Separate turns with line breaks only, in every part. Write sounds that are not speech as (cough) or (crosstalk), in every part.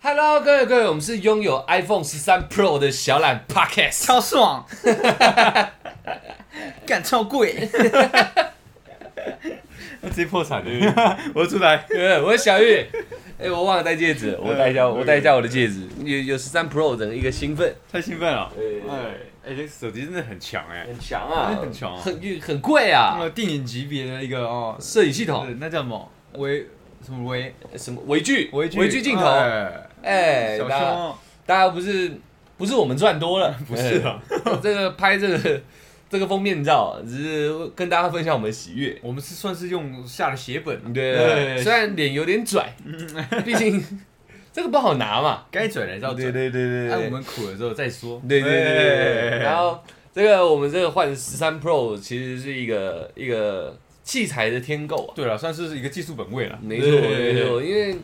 Hello，各位各位，我们是拥有 iPhone 十三 Pro 的小懒 Podcast。
超爽， (laughs) 干超 (laughs) 贵，
直接破 (laughs) 产了。
我出来，
对，我是小玉。
(laughs)
哎、我忘了戴戒指，
嗯
我戴一下，我戴一下我的戒指。有有十三 Pro，整个一个兴奋，
太兴奋了，
对
哎哎，这手机真的很强哎，
很强啊
真的很强啊
很很贵
那
啊。
么电影级别的一个哦，
摄影系
对
统，
那叫什么微什么微
什么微距、
嗯微距
镜头，哎、
哎小
大
胸
家 (laughs)
哦
大家不是不是我们赚多
(laughs)
了，
不是啊，
哎这个拍这个这个封面照，只是跟大家分享我们的喜悦。
我们是算是用下了血本，
对，啊虽然脸有点拽，
嗯
毕竟这个不好拿嘛。
该转的照转，
对对
按我们苦了之后再说，
对对对对对对。
哎
然后这个我们这个换十三 Pro 其实是一个一个器材的添购啊，
对了，算是一个技术本位了，哎
没错没错，因为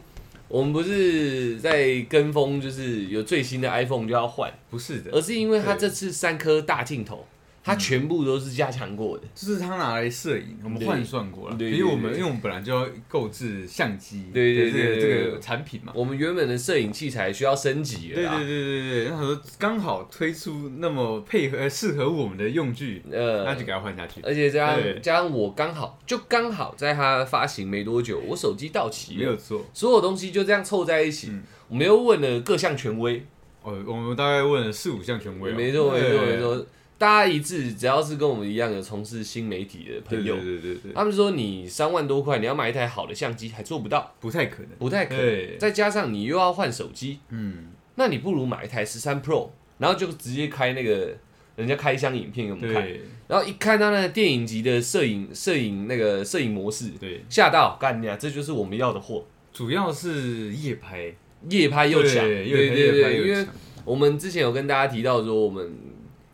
我们不是在跟风，就是有最新的 iPhone 就要换，
不是的，
而是因为它
对
这次三颗大镜头，它全部都是加强过的。
就是他拿来摄影，我们
对
换算过了，
对对
因为我们
对
因为我们本来就要购置相机，
对对对
这个
对对
这个产品嘛，
我们原本的摄影器材需要升级
对
了
对对
啊，
对对，然后说刚好推出那么配合呃适合我们的用具，
呃
那就给它换下去，
而且加
对
上加上我刚好就刚好在它发行没多久，我手机到期
没
了，
有错。
所有东西就这样凑在一起。
嗯
我们又问了各项权威，
哦，我们大概问了四五项权威哦，
没错没
对
错没，错，大家一致，只要是跟我们一样有从事新媒体的
对
朋友
对，对对对，
他们说你三万多块你要买一台好的相机还做不到，
不太可能，
不太可
对
能。再加上你又要换手机，
嗯，
那你不如买一台十三 Pro，然后就直接开那个人家开箱影片给我们看，
对
然后一看到那个电影级的摄影摄影那个摄影模式，
对，
吓到，干你啊！这就是我们要的货，
主要是夜拍，
夜拍又强，
对
对
夜拍
对
夜拍
对，因
又
为
强，
我们之前有跟大家提到说，我们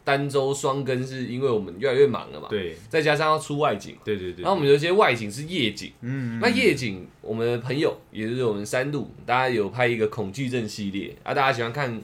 单周双更是因为我们越来越忙了嘛，
对
再加上要出外景，
对对对，
然后我们有一些外景是夜景，
嗯，
那夜景我们的朋友也就是我们三度，大家有拍一个恐惧症系列啊，大家喜欢看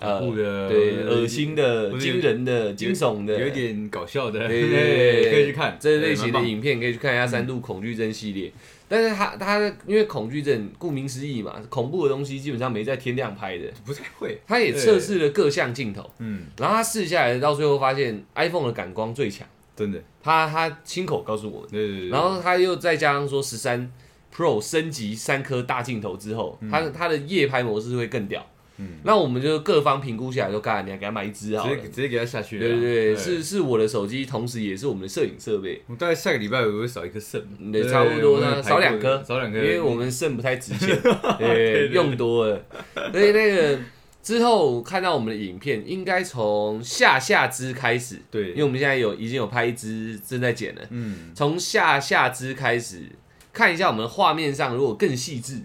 呃
恐怖的
对恶心的、
或者有
惊人的、惊悚的，
有一点搞笑的， (laughs)
对对对，
可以去看
这类型的
影，
影片，可以去看一下《三度恐惧症》系列。但是它它因为恐惧症，顾名思义嘛，恐怖的东西基本上没在天亮拍的。
不太会，
它也测试了各项镜头，
嗯，
然后它试下来，到最后发现 iPhone 的感光最强。
真的，
他他亲口告诉我们，
对对对，
然后他又再加上说十三 Pro 升级三颗大镜头之后，它它的夜拍模式会更屌。
嗯
那我们就各方评估下来，就干，你要给他买一支好
直
了
接。直接给他啊下去了，
对对对，是是我的手机，同时也是我们的摄影设备。
我大概下个礼拜我会少一颗肾嘛，
对，差不多
我有
呢，
排
少两
过
颗
的，少两颗，
因为我们肾不太值钱， (laughs)
对
对，
对
用多了，所以那个之后看到我们的影片，应该从下下支开始，
对，
因为我们现在有已经有拍一支正在剪了，
嗯，
从下下支开始看一下我们画面上如果更细致，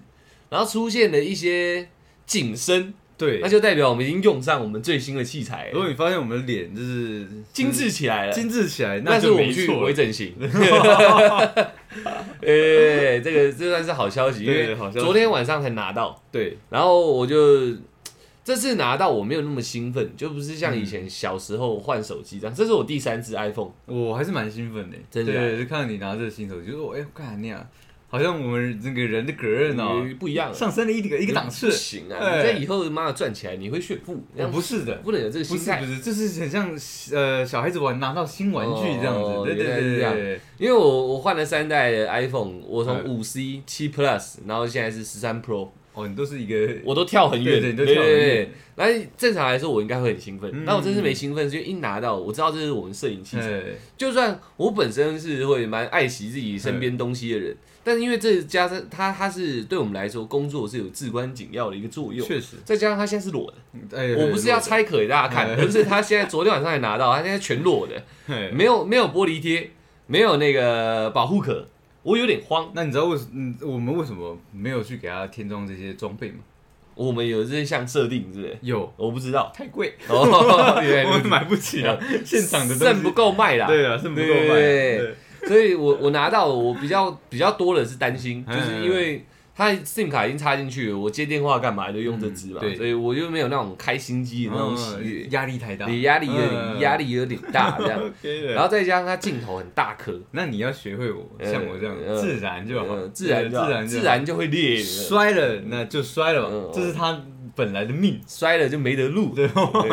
然后出现了一些景深，
对
那。就代表我们已经用上我们最新的器材
如
了，
果你发现我们的脸就是
精致起来了。
精致起来，
那是
就
我们
没
去
错
微
了。
整
(laughs)
形。 (laughs) 呃，这个这算是好消息，因
对
为
好消息
昨天晚上才拿到，
对，
然后我就这次拿到我没有那么兴奋，就不是像以前小时候换手机这样。这是我第三只 iPhone，
我还是蛮兴奋的，
真的啊
对，就看到你拿这个新手机，就说哎，干你啊，好像我们这个人的格人哦，
不一样了，
上升了一个一个档次
不。行啊！
哎
你在以后妈的赚起来，你会炫富，这
我
样
不是的，
不能有这个
不
心
是不
态。
是，就是很像呃小孩子玩拿到新玩具这样子，
哦
对对
原来是
对
这样
对，
因为我我换了三代的 iPhone，我
哎
从五 C、七 Plus，然后现在是十三 Pro，
哦，你都是一个
我都跳很远，
对对你都跳很远
那正常来说，我应该会很兴奋
嗯。
那、我真是没兴奋，就一拿到，我知道这是我们摄影器材。
哎
就算我本身是会蛮爱惜自己身边东西的
嗯
人，但因为这加上它，它是对我们来说工作是有至关紧要的一个作用。
确实，
再加上它现在是裸的，
哎，
我不是要拆壳给大家看，
哎
可是它现在昨天晚上也拿到，它现在全裸的，
哎
没有没有玻璃贴，没有那个保护壳，我有点慌。
那你知道为什嗯我们为什么没有去给他添装这些装备吗？
我们有这项设定是不是？
有，，
我不知道
太贵，
(laughs) 哦，原来如
我
此
们买不起啊， (laughs) 现场的东
肾
西
不够卖啦。
对啊，是不够
对
卖啊。对
所以我我拿到我比较比较多的是担心，就
嗯
是因为它 SIM 卡已经插进去了，我接电话干嘛都用这支嘛
嗯，对
所以我就没有那种开心机的那种喜悦
嗯，，压力太大。
你压力有点
嗯
压力有点大这样，
OK
然
的。
后再加上它镜头很大颗，
那你要学会我，
呃
像我这样
呃
自然就好
呃，自然
自
就好
然就好
自然就会裂了，
摔了那就摔了吧
嗯，
这是他本来的命，
摔了就没得录。
(laughs) 对，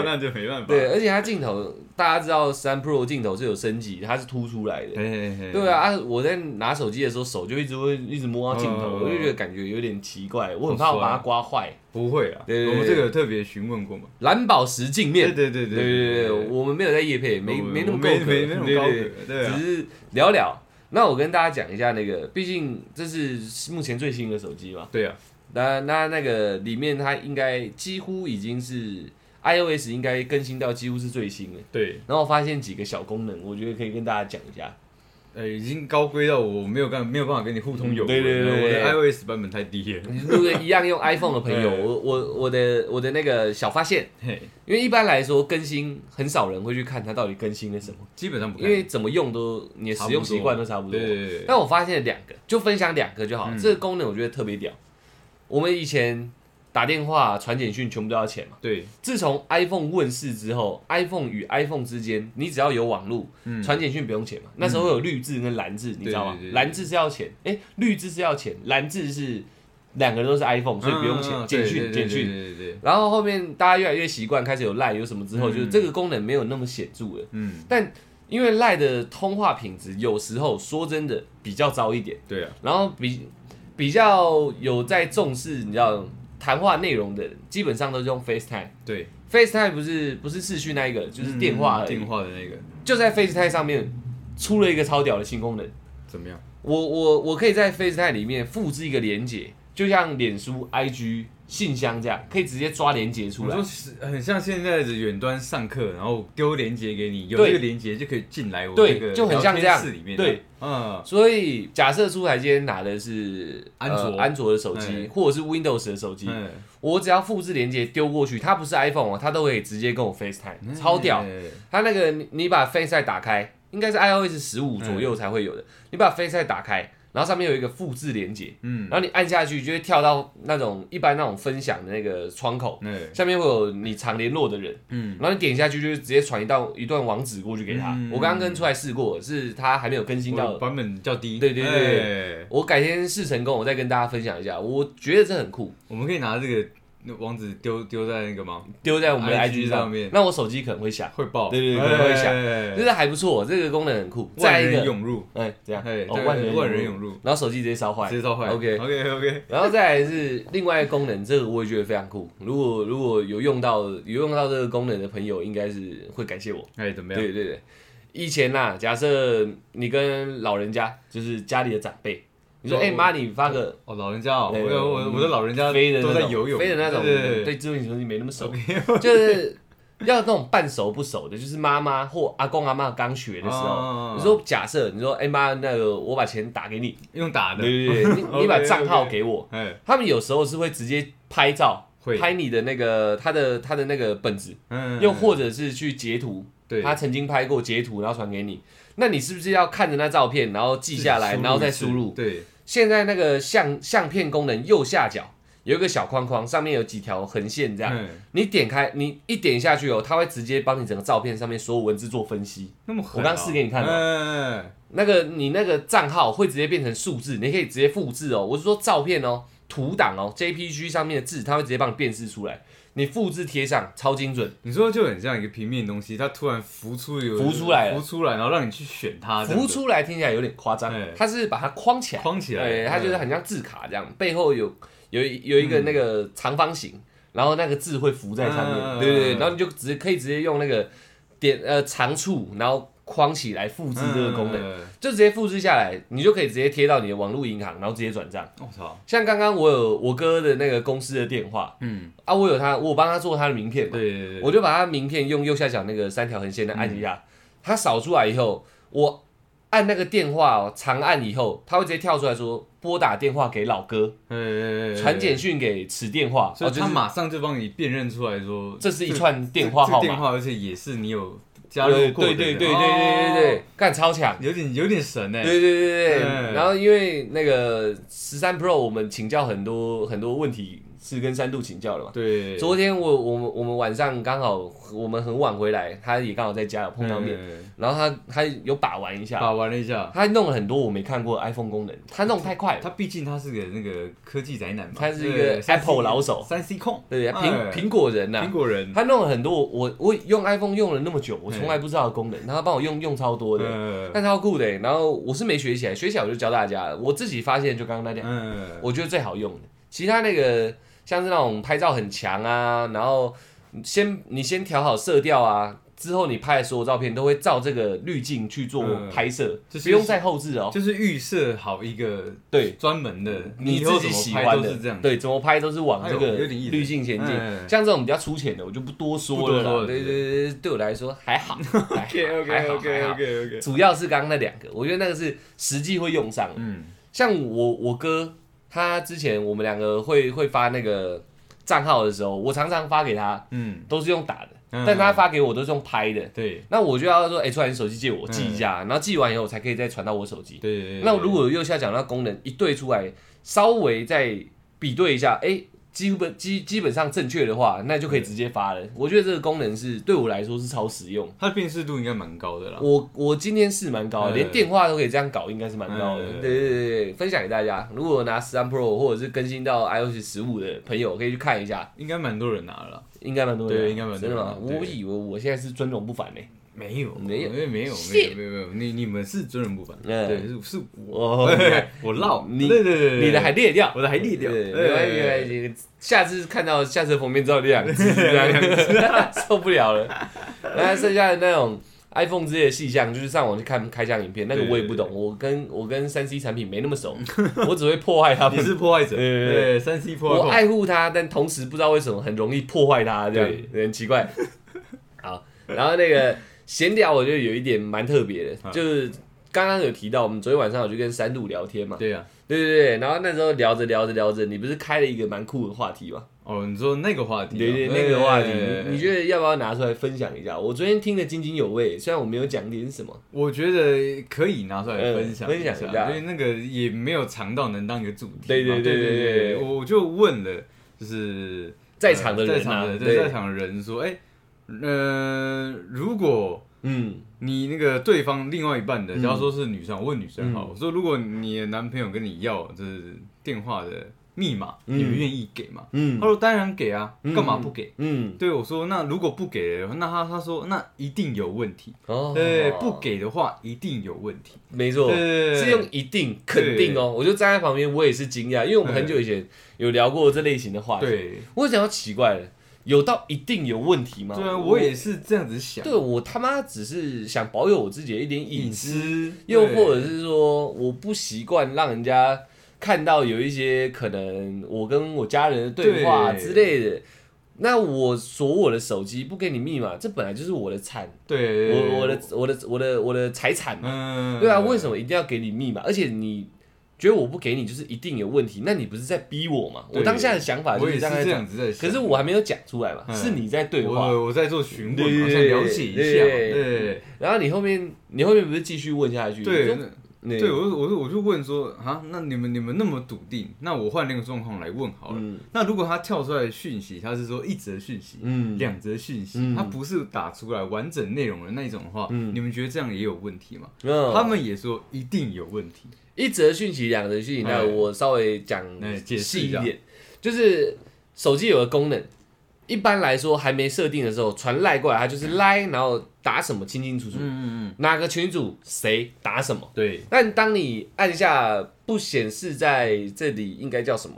那就没办法。
对，而且它镜头大家知道三 Pro 镜头是有升级，它是凸出来的。
对
对，啊，啊我在拿手机的时候，手就一直会一直摸到镜头，
嗯
我就觉得感觉有点奇怪，我很怕
好帅
我把它刮坏。
不会啊，
对对对
我们这个有特别询问过嘛？
蓝宝石镜面，
对对
对对对，我们没有在夜配，没
我们
没那么
我
高
没
格，
没那么
对
高
对
格，对啊
只，是聊聊。那我跟大家讲一下那个，毕竟这是目前最新的手机嘛，
对啊，
那那那个里面它应该几乎已经是 iOS 应该更新到几乎是最新的。
对，
然后我发现几个小功能，我觉得可以跟大家讲一下。
呃，已经高规到我没有办没有办法跟你互通有无，
对对对对
我的 iOS 版本太低了， (laughs)
如果一样 (laughs) 用 iPhone 的朋友，
对
我我我的我的那个小发现，
嘿，
因为一般来说更新很少人会去看它到底更新了什么，
基本上不
因
看，
为怎么用都你的使用习惯都差不多。
对对对对，
但我发现了两个，就分享两个就好。
嗯
这个功能我觉得特别屌。我们以前打电话、传简讯全部都要钱嘛。
对，
自从 iPhone 问世之后，iPhone 与 iPhone 之间，你只要有网路，
嗯
传简讯不用钱嘛。那时候会有绿字跟蓝字，你知道吗
对对？对
蓝字是要钱，哎，绿字是要钱，蓝字是两个都是 iPhone，所以不用钱。
嗯
简
对
讯，
对
简
对
讯。
对对对，对
然后后面大家越来越习惯，开始有赖有什么之后，
嗯
就是这个功能没有那么显著了。
嗯，
但因为赖的通话品质有时候说真的比较糟一点，
对啊，
然后比比较有在重视你知道谈话内容的人，基本上都是用 FaceTime。
对，
FaceTime 不是不是视讯那一个，就是电话
嗯
而已、
电话的那个
就在 FaceTime 上面出了一个超屌的新功能，
怎么样？
我我我可以在 FaceTime 里面复制一个连接，就像脸书、IG、信箱这样，可以直接抓连接出
我
来
说。是很像现在的远端上课，然后丢连接给你，有
对
这个连接就可以进来我
对
这个
就很像这样
聊天室里面。
对，
嗯，
所以假设出台今天拿的是
安卓
呃安卓的手机
嗯，
或者是 Windows 的手机，
嗯
我只要复制连接丢过去，它不是 iPhone 哦，它都可以直接跟我 FaceTime，超屌。
嗯
它那个你你把 FaceTime 打开，应该是 iOS 十
嗯
五左右才会有的。你把 FaceTime 打开，然后上面有一个复制连接，
嗯，
然后你按下去就会跳到那种一般那种分享的那个窗口，
对，
下面会有你常联络的人，
嗯，
然后你点下去就是直接传一道一段网址过去给他。
嗯
我刚刚跟出来试过，是他还没有更新
我
到
的版本较低。
对对对
对，
我改天试成功，我再跟大家分享一下，我觉得这很酷，
我们可以拿这个那网址丢丢在那个吗？
丢在我们的
IG
IG
上
上
面
面。那我手机可能会响，
会爆，
对对对
哎
会响
哎
就是还不错，这个功能很酷。再
万
一
人
个，
涌入，
哎，这样
哎，
哦
对，
万人
万人涌入，
然后手机直接烧坏，
直接召唤。
OK
OK OK，
然后再来是另外一个功能，这个我也觉得非常酷。如果如果有用到有用到这个功能的朋友，应该是会感谢我。
哎，怎么样？
对对对，以前呐、假设你跟老人家，就是家里的长辈，你说
哦
哎妈，你发个
哦，老人家哦，我
对
有我
嗯
我的老人家
飞的那
都在
种
游泳，
飞的那种，
对对
对智慧型手机没那么熟，
，OK，
就是要那种半熟不熟的，就是妈妈或阿公阿妈刚学的时候。你说假设你说哎妈，那个我把钱打给你，
用打的，
对对对，你你把
OK，OK
账号给我，
哎，
他们有时候是会直接拍照
会，
拍你的那个他的他的那个本子，
嗯，
又或者是去截图，
对，
他曾经拍过截图，然后传给你。那你是不是要看着那照片，然后记下来，然后再输入？
对，
现在那个相相片功能右下角有一个小框框，上面有几条横线，这样、
嗯
你点开，你一点下去哦，它会直接帮你整个照片上面所有文字做分析。
那么狠啊
我刚试给你看了
嗯，
那个你那个账号会直接变成数字，你可以直接复制哦。我是说照片哦，图档哦，JPG 上面的字，它会直接帮你辨识出来，你复制贴上，超精准，
你说就很像一个平面的东西，它突然浮出有
浮出来了
浮出来，然后让你去选它，这样
浮
子
出来听起来有点夸张
哎，
它是把它框起来，
框起来
对，它就是
嗯
很像字卡这样，背后有有一有一个那个长方形，然后那个字会浮在上
嗯
面，对对
嗯
对，然后你就直可以直接用那个点呃长处，然后框起来复制这个功能，
嗯
就直接复制下来，你就可以直接贴到你的网络银行，然后直接转账。
嗯我操，
像刚刚我有我哥的那个公司的电话
嗯，
啊，我有他，我有帮他做他的名片嘛，
对对对，
我就把他名片用右下角那个三条横线的按一
嗯
下，他扫出来以后，我按那个电话哦，长按以后，他会直接跳出来说拨打电话给老哥，
对
传简，讯给此电话，
所
哦，
以
就
他
是
马上就帮你辨认出来说
这是一串电话
这个
号
电
码，
话，而且也是你有加入过
对
的
对
人，
对对对对对
哦
对，干超强。
有点有点神哎、
对对对对
嗯
对，然后因为那个十三 Pro，我们请教很多很多问题是跟三度请教的嘛。
对，
昨天我我们我们晚上刚好我们很晚回来，他也刚好在家有碰到面，
嗯
然后他他有把玩一下，
把玩了一下。
他弄了很多我没看过的 iPhone 功能，他弄太快了，
他毕竟他是个那个科技宅男嘛，
他是一个
对 3C
Apple 老手啊
三 C 控，
对
哎
苹苹果人呐、
苹果人，
他弄了很多我我用 iPhone 用了那么久，我从来不知道的功能，然后他帮我用用超多的，
嗯
但超酷的欸。然后我是没学起来，学起来我就教大家了，我自己发现就刚刚那两个
嗯，
我觉得最好用的。其他那个像是那种拍照很强啊，然后先你先调好色调啊，之后你拍的所有照片都会照这个滤镜去做
嗯
拍摄，
就是
不用再后置哦。
就是预设好一个
对
专门的，以后
自己喜
怎么拍
欢
都
的
是这样，，
对，怎么拍都是往这
哎
个
呦有点意思
滤镜前进。
嗯
像这种比较粗浅的，我就不多说
不多
了
说
啦。
了
对对对，对对我来说还
(laughs)
好。
OK OK OK OK OK，
主要是刚刚那两个，我觉得那个是实际会用上的。
嗯，
像我我哥，他之前我们两个会会发那个账号的时候，我常常发给他，
嗯，
都是用打的，
嗯
但他发给我都是用拍的。
对
那我就要说，哎、出来你手机借我
嗯
记一下，然后记完以后我才可以再传到我手机。
对对。
那如果右下角那功能一对出来，稍微再比对一下，哎、基本基基本上正确的话，那就可以直接发了。我觉得这个功能是对我来说是超实用。
它的辨识度应该蛮高的啦。
我我今天是蛮高的，
嗯
连电话都可以这样搞，应该是蛮高的。
嗯
对对对对，分享给大家。如果有拿十三 Pro 或者是更新到 iOS 十五的朋友，可以去看一下，
应该蛮多人拿了啦，
应该蛮多人的。
对应该蛮多
真
人
的
的
吗？
对
我以为我现在是尊荣不凡
(laughs)
呢、
没有，
没有
因为没有，没有，没有，没有，你你们是尊人不凡，
嗯
对，是是 (laughs) 我，
哦，
我唠，
你
对对对，对
你的还裂掉，
我的还裂掉，
对，
对
没关系没关系，下次看到下次的 (laughs) 封面照两
(laughs)
只，这样受不了了。那剩下的那种 iPhone 之类的细项，就是上网去看开箱影片，那个我也不懂，我跟我跟三 C 产品没那么熟，我只会破坏他
你
们。
是破坏者，
啊对对对
对，三 C 破
我
坏
爱护它，但同时不知道为什么很容易破坏它，这样很奇怪。 (laughs) 好，然后那个闲聊，我觉得有一点蛮特别
啊
的，就是刚刚有提到，我们昨天晚上有去跟三度聊天嘛
控，，对呀，啊
对对对，然后那时候聊着聊着聊着，你不是开了一个蛮酷的话题吗？
哦，你说那个话题啊，
对对，那个话题，
对
你你觉得要不要拿出来分享一下？我昨天听得津津有味，虽然我没有讲点什么，
我觉得可以拿出来分
嗯
享、
分享一下
因为那个也没有长到能当一个主题嘛。
对对
对
对对对对
我我就问了，就是
在场的
呃在
人
场
啊
的，对在
对，
场的人说，哎、呃，如果
嗯，
你那个对方另外一半的，
嗯
假如说是女生，我问女生哈，
嗯
我说如果你的男朋友跟你要就是电话的密码，
嗯
你们愿意给吗？
嗯
他说当然给啊，
嗯
干嘛不给？
嗯，
对我说，那如果不给，那他他说那一定有问题。
哦，
对，不，给的话一定有问题。
没错，
对
是用一定肯定哦，我就站在旁边，我也是惊讶，因为我们很久以前有聊过这类型的话题，
对
我想要奇怪了，有到一定有问题吗？
对啊，我也是这样子想。
对我他妈只是想保有我自己的一点隐
隐
私。
私，
又
对
或者是说我不习惯让人家看到有一些可能我跟我家人的对话
对
之类的。那我锁我的手机不给你密码，这本来就是我的产，
对
我我的我的我的我的财产嘛。
嗯，
对啊，为什么一定要给你密码？而且你觉得我不给你就是一定有问题，那你不是在逼我吗？
对
我当下的想法就
我也是
这样在
这
讲，
样子在想。
可是我还没有讲出来嘛，
嗯
是你在对话。
我我在做询问嘛，
对
想了解一下嘛。
对
对
然后你后面你后面不是继续问下去？
对
你说
对，对，我就我就我就问说啊，那你们你们那么笃定，那我换那个状况来问好了。
嗯
那如果他跳出来的讯息，他是说一则讯息，
嗯
两则讯息，
嗯
他不是打出来完整内容的那一种的话，
嗯
你们觉得这样也有问题吗？
嗯
他们也说一定有问题。
一则讯息，两则讯息，那
哎
我稍微讲
哎解释
细
一
一
下
点，就是手机有个功能，一般来说还没设定的时候，传赖过来，它就是赖，然后打什么清清楚楚，
嗯嗯嗯，
哪个群主谁打什么。
对，
但当你按下不显示在这里，应该叫什么？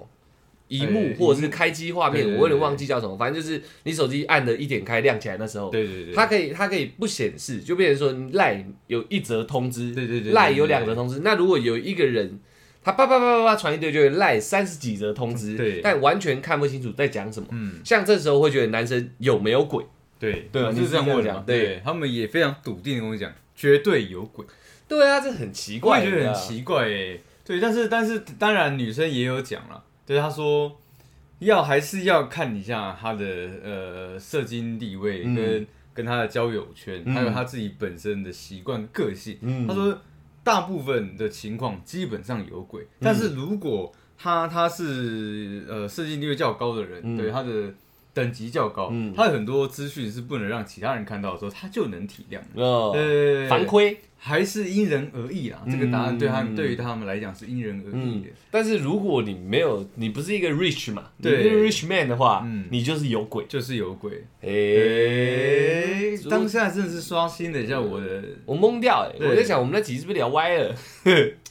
荧幕
哎
或者是开机画面
对，对
我有点
对
忘记叫什么，反正就是你手机按的一点开亮起来那时候，
对对对，
它可以它可以不显示，就变成说你赖有一则通知，
对对对对
赖有两则通知。那如果有一个人他叭叭叭叭叭传一堆，就会赖三十几则通知，
对
但完全看不清楚在讲什么。
嗯，
像这时候会觉得男生有没有鬼？
对
对啊
我
你
就是这样
这样
问
讲
嘛，
对
对他们也非常笃定的跟我讲，绝对有鬼，
对啊，这很奇
我
怪，
也觉得很
怪。
奇怪哎、对，但是但是当然女生也有讲了，对她说要还是要看一下她的呃社经地位
嗯
跟跟他的交友圈，
嗯
还有他自己本身的习惯、个性。
嗯
他说，大部分的情况基本上有鬼，
嗯
但是如果他他是呃设计率较高的人，
嗯
对他的等级较高，
嗯
他有很多资讯是不能让其他人看到的时候，他就能体谅。
呃，
呃，
樊哙，
还是因人而异啦。这个答案对他们
嗯
对于他们来讲是因人而异
嗯
的。，
但是如果你没有，你不是一个 rich 嘛，你不是
对
rich man 的话
嗯，
你就是有鬼。
就是有鬼。
诶
诶，，当下真的是刷新了一下我的，
我懵掉哎，
对
我在想我们那集是不是聊歪了？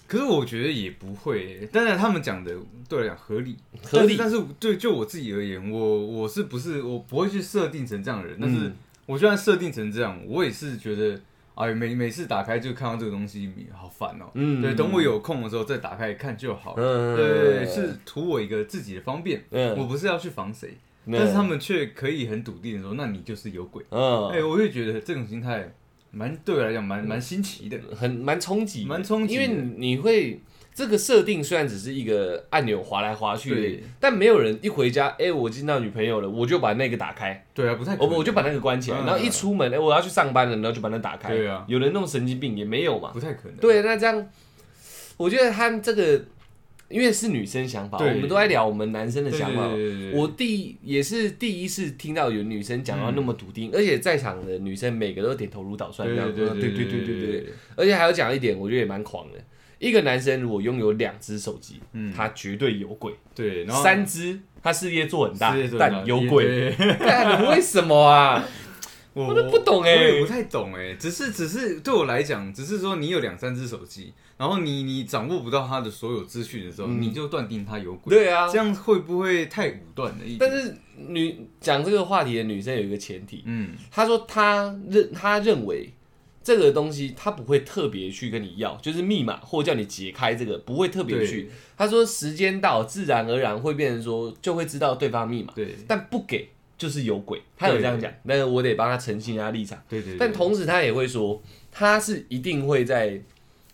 可是我觉得也不会、当然，他们讲的对我来讲合理，
合理
但是但是对就我自己而言，我我是不是我不会去设定成这样的人？但是
嗯
我就算设定成这样，我也是觉得，哎，每每次打开就看到这个东西，好烦哦、
嗯
对，等我有空的时候再打开看就好。
嗯
对，是图我一个自己的方便，
嗯
我不是要去防谁，
嗯
但是他们却可以很笃定的说，那你就是有鬼。哎、
嗯，
我就觉得这种心态蛮对我来讲蛮蛮新奇的。
很蛮冲击的，
蛮冲击
因
的
为你你会。这个设定虽然只是一个按钮划来划去
对，
但没有人一回家，哎、我见到女朋友了，我就把那个打开，
对啊，不太可
我
能
我就把那个关起来，
嗯
然后一出门，哎、我要去上班了，然后就把那打开。
对啊
有人弄神经病也没有嘛。
不太可能。
对，那这样，我觉得他这个，因为是女生想法，我
对
们都在聊我们男生的
对，
想
对
法。
对对对嗯
我第也是第一次听到有女生讲到那么笃定，而且在场的女生每个都点头如捣蒜，这样
对对
嗯
对
对对
对
对对，而且还有讲一点，我觉得也蛮狂的。一个男生如果拥有两只手机，
嗯
他绝对有鬼；
对，然后
三只，他事业做很大，
事业做得
但
大
有鬼。。
对对对
(laughs) 干，为什么啊？
我
我都不懂哎
我也不太懂哎，只是只是对我来讲，只是说你有两三只手机，然后你你掌握不到他的所有资讯的时候，
嗯
你就断定他有 (laughs) 鬼，
对啊
这，样会不会太武断了一点？
但是女讲这个话题的女生有一个前提，
嗯，
她说她认她认为这个东西她不会特别去跟你要，就是密码或叫你解开这个不会特别
对
去。她说时间到，自然而然会变成说就会知道对方密码，
对
但不给就是有鬼。她有这样讲，但是我得帮她澄清一下立场。
对对，
但同时她也会说，她是一定会在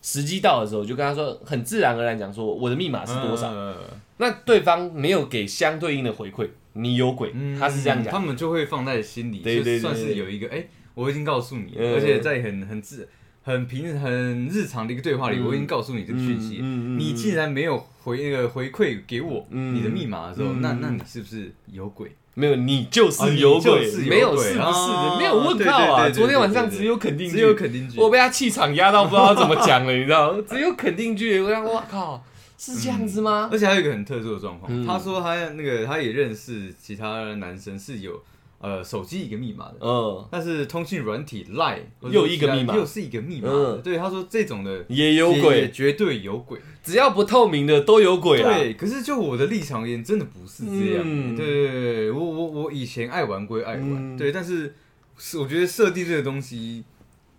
时机到的时候就跟她说，很自然而然讲说我的密码是多少。
少？
那对方没有给相对应的回馈，你有鬼，
嗯
他是这样
他
讲，
们就会放在心里，
对
就
对对
算是有一个，哎、我已经告诉你了，
嗯
而且在很很自很平很日常的一个对话里，
嗯
我已经告诉你这个讯息，
嗯嗯嗯
你竟然没有回那个回馈给我、
嗯
你的密码的时候，
嗯
那
嗯
那你是不是有鬼？
没有哦你就是
啊
有
你就
鬼，
是有鬼
没有是不是
啊
的，没有问号啊！
对对对对对
昨天晚上只有肯定句，
只有肯定句，
我被他气场压到不知道怎么讲了，你知道吗， (laughs) 只有肯定句，我想哇靠，是这样子吗？
而且还有一个很特殊的状况，
嗯
他说他那个他也认识其他男生是有呃手机一个密码的，
嗯，
但是通讯软体 Line 或者
又一个
其他
密码
又是一个密码的、
嗯
对，他说这种的
也有
也
鬼，
绝对有鬼。
只要不透明的都有鬼啦。
对，可是就我的立场而言，真的不是这样。
嗯
对对对对，我我我以前爱玩归爱玩，
嗯
对，但是是我觉得设计这个东西，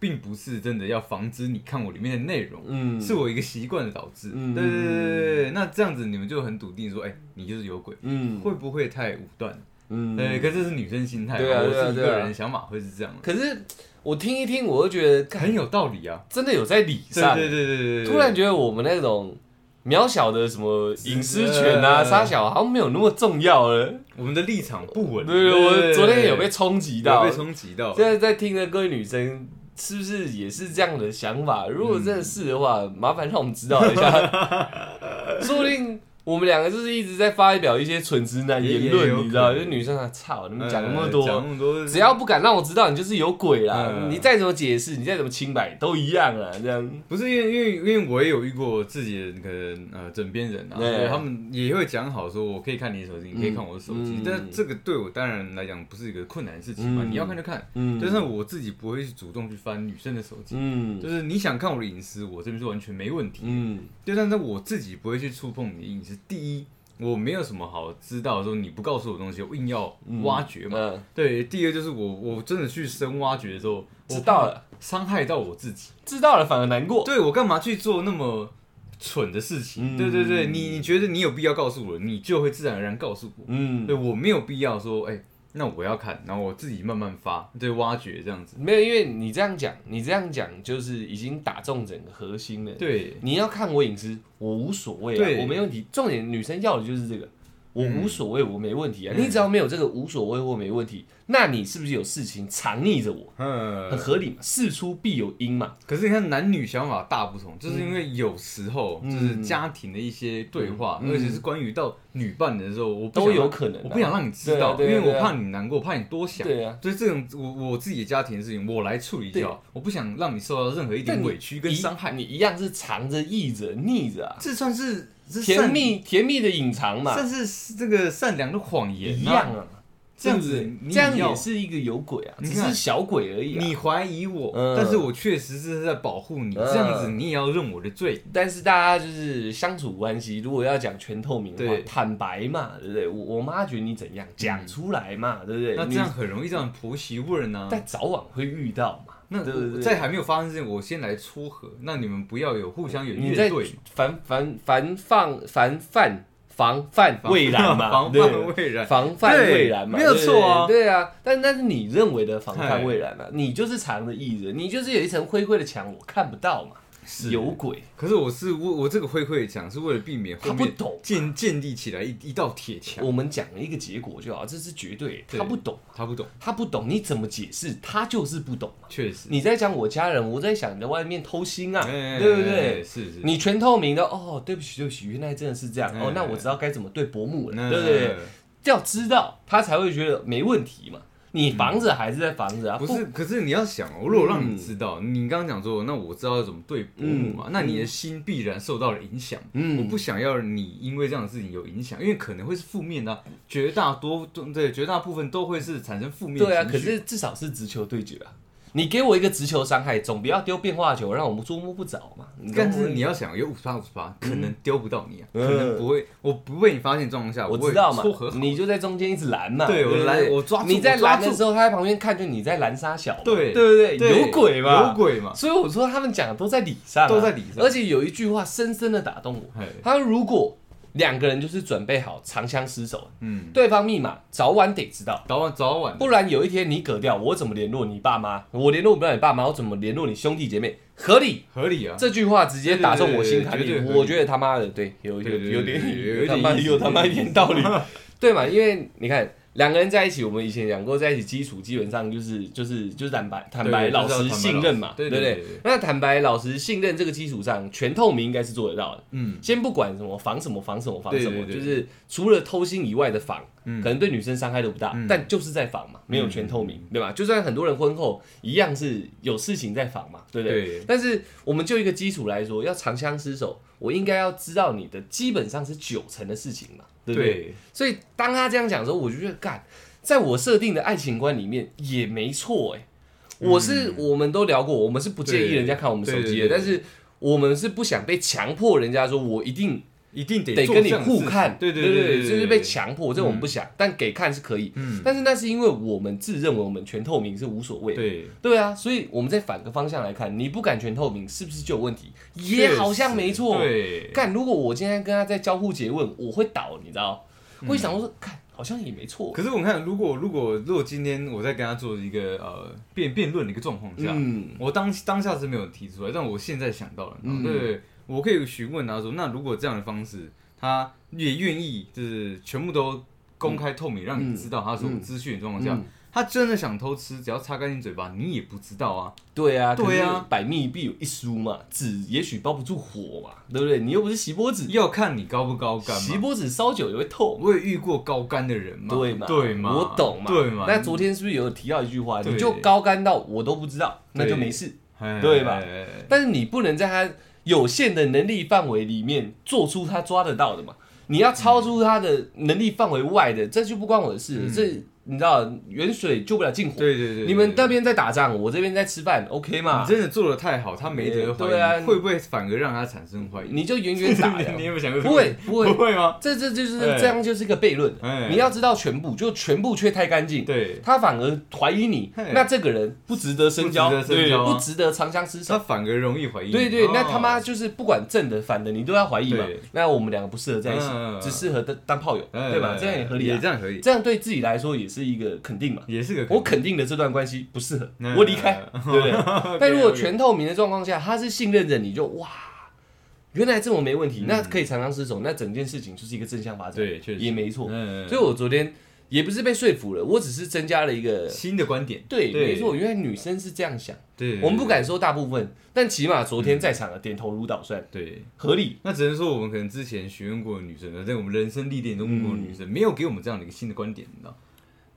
并不是真的要防止你看我里面的内容，
嗯，
是我一个习惯的导致。
嗯
对对对对对，那这样子你们就很笃定说，哎、你就是有鬼，
嗯
会不会太武断？
嗯
对，可是这是女生心态嘛，
对啊
我
对啊
自己
对啊
个人想法会是这样的，
可是我听一听，我就觉得干
很有道理啊。
真的有在理
对
上，
对对对对对，
突然觉得我们那种渺小的什么隐私权啊、
呃
杀小好像没有那么重要了。
我们的立场不稳。
对，我昨天有被
冲
冲击
击
到。
被冲击到。
现在在听的各位女生，是不是也是这样的想法？如果
嗯
真的是的话，麻烦让我们指导一
(laughs)
下，说不定。我们两个就是一直在发表一些蠢直男
也
言
也
论，
有可能
你知道？就是女生啊，操，你们讲那么多，
呃讲那么多，
只要不敢让我知道，你就是有鬼啦！
嗯
你再怎么解释，你再怎么清白，都一样啊，这样。
不是因为因为因为我也有遇过自己的可能呃枕边人啊，
对
对，他们也会讲好说我可以看你的手机，你可以看我的手机，
嗯
但这个对我当然来讲不是一个困难的事情嘛，
嗯
你要看就看，
嗯
但是我自己不会去主动去翻女生的手机。
嗯
就是你想看我的隐私，我这边是完全没问题。
嗯
对，但是我自己不会去触碰你的隐私。第一，我没有什么好知道的时候，你不告诉我东西，我硬要挖掘嘛。
嗯，
对，第二就是我我真的去深挖掘的时候，我
知道了，
伤害到我自己。
知道了反而难过。
对我干嘛去做那么蠢的事
嗯
情？对对对，你你觉得你有必要告诉我，你就会自然而然告诉我。
嗯
对，我没有必要说，哎、那我要看，然后我自己慢慢发，对，挖掘这样子。
没有，因为你这样讲，你这样讲就是已经打中整个核心了。，
对
你要看我隐私，我无所谓啊，
对
我没问题。重点女生要的就是这个，我无所谓，我没问题啊。
嗯
你只要没有这个无所谓或没问题，那你是不是有事情藏匿着我？很
嗯，
合理嘛，事出必有因嘛。
可是你看男女想法大不同，就是因为有时候
嗯
就是家庭的一些对话，
嗯
而且是关于到女伴的时候，我不
都
想
有
让
可能啊
我不想让你知道，
对
因
啊对啊
为
对
我
啊
怕你难过，怕你多想。
对啊，
所以这种我我自己的家庭的事情，我来处理就好，我不想让你受到任何一点
但你
委屈跟伤害。
你一样是藏着、掖着、逆着啊，
这算是这
甜
善
蜜甜蜜的隐藏嘛，
算是这个善良的谎言、啊，
一样啊。
这样子你
这样
要
也是一个有鬼啊，
你
只
看
是小鬼而已啊。
你怀疑我，
嗯
但是我确实是在保护你，
嗯
这样子你也要认我的罪。
但是大家就是相处关系，如果要讲全透明的话
对，
坦白嘛，对不对？我我妈觉得你怎样，讲出来嘛，对不对？
嗯那
你
这样，很容易让婆媳问啊。
但早晚会遇到嘛。
那
对不
我
对？
在还没有发生之前，我先来撮合，那你们不要有互相有
你
怨
在
怼，
防防防范防范防范
防
未然嘛，
(laughs) 防
对
范未然。
防范未然嘛，
对没有
对不
错啊
对对啊，但那是你认为的防范未然啊，你就是藏着掖着，你就是有一层灰灰的墙，我看不到嘛，
是
有鬼，
可是我是我我这个会会讲是为了避免后
他不
面
懂
建建立起来一一道铁墙，
我们讲了一个结果就好，这是绝对，
对
他不懂，
他不懂，
他不懂，你怎么解释，他就是不懂嘛。
确实，
你在讲我家人，我在想你在外面偷腥啊，
哎
对不对？
是是，
你全透明的哦，对不起，对不起，原来真的是这样哦
哎，
那我知道该怎么对伯母了，
那
对不对？要知道他才会觉得没问题嘛。你防着还是在防着啊？嗯
嗯不是，可是你要想哦，如果让你知道，你刚刚讲说，那我知道要怎么对伯母嘛，那你的心必然受到了影响。
嗯
我不想要你因为这样的事情有影响，因为可能会是负面的啊、绝大多对绝大部分都会是产生负面情绪。
对啊，可是至少是直球对决啊。你给我一个直球伤害，总不要丢变化球，让我们捉摸不着嘛。你懂
但
吗
是你要想，有五十八五十八，可能丢不到你啊，
嗯
可能不会，我不被你发现状况下，
我
会
知道嘛
撮合，好
你就在中间一直拦嘛。
对我
不
拦我抓住
你在拦
我抓
的
住
时候，他在旁边看着你在拦杀小嘛，
对
对不对？有鬼嘛，
有。鬼嘛，
所以我说他们讲的都在理上啊，
都在理上
而且有一句话深深的打动我，
嘿
他说如果两个人就是准备好长相厮守，
嗯，
对方密码早晚得知道。
早晚早晚，
不然有一天你嗝掉，我怎么联络你爸妈？我联络不到你爸妈，我怎么联络你兄弟姐妹？合理。
合理啊，
这句话直接打中我心坎
对对
里
对，对
我觉得他妈的对，有有
对对
有
对
点
对
(laughs) 有
对
他妈
有点意思
有他妈一点
(laughs)
道理，对嘛？因为你看两个人在一起，我们以前讲过，在一起基础基本上就是就是就是坦白坦白
对就
老
是要
实
坦白
信任嘛
老，实
对
对
不
对
对
对对对？
那坦白老实信任这个基础上，全透明应该是做得到的。
嗯，
先不管什么防什么防什么防什么，
对对对
就是除了偷心以外的防，
嗯
可能对女生伤害都不大，
嗯
但就是在防嘛，没有全透明，对吧？就算很多人婚后一样是有事情在防嘛，对不对？
对
但是我们就一个基础来说，要长相厮守，我应该要知道你的基本上是九成的事情嘛，对不对？
对，
所以当他这样讲的时候，我就觉得干，在我设定的爱情观里面也没错哎、我是、我们都聊过，我们是不介意
对
人家看我们手机
嗯对
的，
对对
但是我们是不想被强迫人家说我一定
一定得
得
做
跟你
这样的
互
事情
看，
对
对
对
对，
对，
就是被
对
强迫，这我们不想，但给看是可以。
嗯
但是那是因为我们自认为我们全透明是无所谓的，
对，
对啊，所以我们再反个方向来看，你不敢全透明，是不是就有问题？也
确
好像
实
没错。
对，
干，如果我今天跟他在交互诘问，我会倒，你知道？我会想说，看，好像也没错。
嗯可是我看，如果如果如果今天我在跟他做一个呃辩辩论的一个状况下，
嗯，
我当当下是没有提出来，但我现在想到了，
嗯
对对，我可以询问他说，那如果这样的方式，他也愿意就是全部都公开透明，让你知道他所有资讯的状况下，
嗯
他真的想偷吃，只要擦干净嘴巴，你也不知道啊。
对啊，可
对
是
啊
百密必有一疏嘛，纸也许包不住火嘛，对不对？你又不是锡箔纸，
要看你高不高干
锡
嘛。
箔纸烧久也会透嘛。
我也遇过高干的人嘛，
对嘛？
对嘛，
我懂嘛。
对嘛。
那昨天是不是有提到一句话？
对
你就高干到我都不知道，那就没事。
哎
对嘛
哎哎哎
但是你不能在他有限的能力范围里面做出他抓得到的嘛。你要超出他的能力范围外的，这就不关我的事。这你知道，远水救不了近火。
嗯对对对对，
你们
对
那边在打仗，我这边在吃饭，OK 嘛
你？真的做的太好，他没得怀疑，
啊对啊
会不会反而让他产生怀疑？
你就远远打
你
呀，
有没有想过？
不会不会
不会吗？
这这
(laughs)
就是
哎
这样，就是一个悖论
哎。
你要知道全部，就全部却太干净。
对，
他反而怀疑你
嘿，
那这个人不值得深交，
不值得深交啊
对不值得长相厮守
他。反而容易怀疑。
对对，
哦
那他妈就是不管正的反的，你都要怀疑嘛
对。
那我们两个不适合在一起
嗯，
只适合当当炮友，
哎
对吧？这样也合理啊
也这，样合理，
这样对自己来说也是一个肯定嘛。
也是个可以
我肯定的这段关系不适合
嗯，
我离开，
嗯 (laughs)
对不对？但如果
OK，OK
全透明的状况下，他是信任着你就哇，原来这么没问题，那可以常常失手，那整件事情就是一个正向发展，
嗯对确实
也没错。
嗯，
所以我昨天也不是被说服了，我只是增加了一个。
嗯新的观点，
对，
对
没错，原来女生是这样想，
对，
我们不敢说大部分，但起码昨天在场的点头如捣蒜，
对。
合理。
那只能说我们可能之前询问过的女生，在我们人生历练中问
嗯
过的女生，没有给我们这样的一个新的观点，你知道？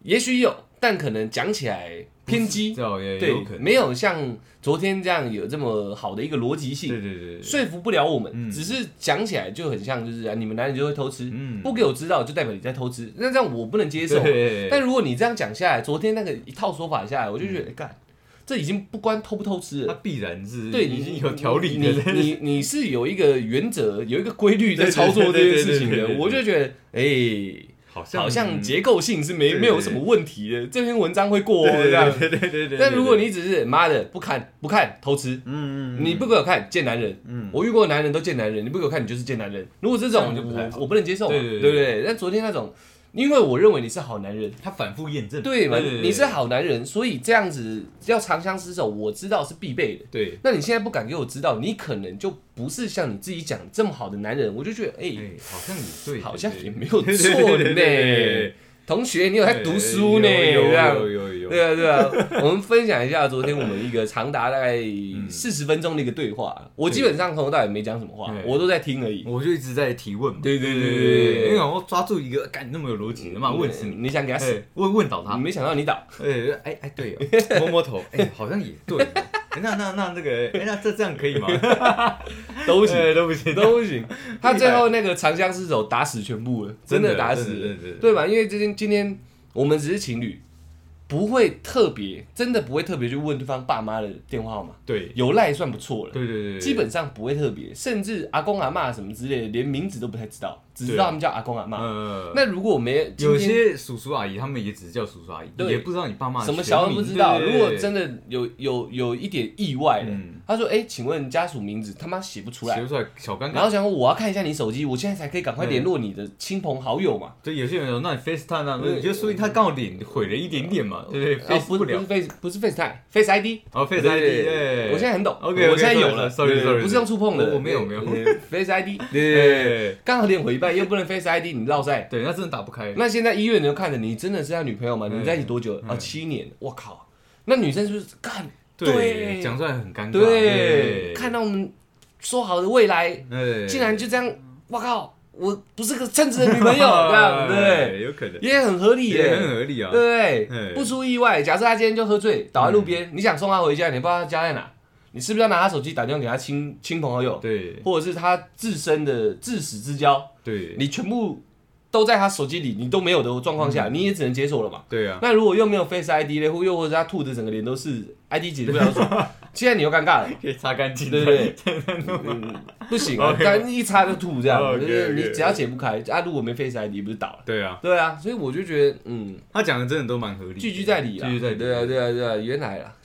也许有，但可能讲起来偏激，
这也也有
对
可，能，
没有像昨天这样有这么好的一个逻辑性
对，对对嗯对，
说服不了我们，只是讲起来就很像，就是啊，你们男人就会偷吃，
嗯
不给我知道就代表你在偷吃，那这样我不能接受。
对嗯
但如果你这样讲下来，昨天那个一套说法下来，我就觉得，哎干、这已经不关偷不偷吃
它
了。
必然是
对，
已经
你
有条理
你
的，
你你是有一个原则，有一个规律在
对对
操作这
对对
件事
对
情
对
的
对，对
我就觉得，哎，
(laughs) 好像
好像
嗯
结构性是没
对对
没有什么问题的，这篇文章会过哦
对
这样。
对对对对对。
(laughs) 但如果
你
你只是妈的不看不看偷吃，
嗯
你不给我看贱男人，我遇过的男人都贱男人，你不给我看你就是贱男人。如果这
这样
种
就不太好
我我不能接受嘛，
对
对
对对
不对？但昨天那种，因为我认为你是好男人，
他反复验证，
对嘛？
对
你是好男人，所以这样子要长相厮守，我知道是必备的。
对
那你现在不敢给我知道，你可能就不是像你自己讲这么好的男人，我就觉得哎、
哎，好像也对，
好像也没
有
有
(laughs)
错呢。同学，你有在读书呢，这样。
哎有有有
对啊，对啊，我们分享一下昨天我们一个长达大
(laughs)
概
嗯
四十分钟的一个对话。我基本上从头到尾没讲什么话，
对
我都在听而已。
我就一直在提问嘛，
对对对对对对嗯
因为我抓住一个，干那么有逻辑的嘛，哎问死你，
你想给他死，
哎，问问倒他
你，没想到你倒，
哎哎哎，对哦，
(laughs)
摸摸头，哎，好像也对哦，哎那那那那个，哎那这这样可以吗？
都
不
(laughs) 不行，
都不行，
都不行。他最后那个长相厮守打死全部了，真的打死
真的
了
真的真，的
对吧？因为今天今天我们只是情侣，不会特别，真的不会特别去问对方爸妈的电话号码，
对
有赖算不错了。
对对对，对
基本上不会特别，甚至阿公阿妈什么之类的，连名字都不太知道，只知道他们叫阿公阿妈。
呃，
那如果没
有
今天
些叔叔阿姨他们也只叫叔叔阿姨，
对
也不知道你爸妈
什么小孩不知道，如果真
的
的有有有一点意外的
嗯，
他说：“哎，请问家属名字他妈写不出
写
来
不。出来小” (laughs) 尴
然
尬，
后想说我要看一下你手机，我现在才可以赶快联络你的亲朋好友嘛。
对有些人说那你 FaceTime 啊，
对
你就说明他刚好脸毁了一点点嘛，对不对
然后呃不是
？Face 不
不
了
是，Face 不是 FaceTime，Face ID。
哦 Face
对
ID，
对对
对
我现在很懂
OK，OK，
我现在有
sorry，
了
sorry，
对对
sorry，
不是用触碰的，
我我没有没有 (laughs)
对对 Face ID，
对
刚好连回一半，又不能 Face ID，你绕赛。
对，那真的打不开，
那现在医院你就看着你，真的是他女朋友吗？你们在一起多久了？
嗯
啊，七年，我靠！那女生是不是干？对
讲出来很尴尬，
对，
对，哎
看到我们说好的未来，
对，
竟然就这样，我靠，我不是个称职的女朋友，这
(laughs)
样对，
哎有可
(laughs)
能，
也很合理
也很
耶，
合理啊，
对不对？
嗯
不出意外，假设他今天就喝醉倒在路边，你想送他回家，你不知道他家在哪，你是不是要拿他手机打电话给他亲亲朋好友，
对
或者是他自身的至死之交，
对
你全部都在他手机里，你都没有的状况下，
嗯
你也只能解锁了嘛。(laughs)
对啊，
那如果又没有 Face ID 嘞，或又或者他吐的整个脸都是 ID 解不了
(laughs)
锁，现在你又尴尬了。
可以擦干净，
对不对？嗯，不行
(laughs)
啊，
OK
但一擦就吐这样，就
OK，OK
是你只要解不开啊，如果没 Face ID 不是倒了？
对啊，
对啊，所以我就觉得，嗯，
他讲的真的都蛮合理的，
句句在理啊，
句句在理，
对啊，对啊，对啊，原来啊，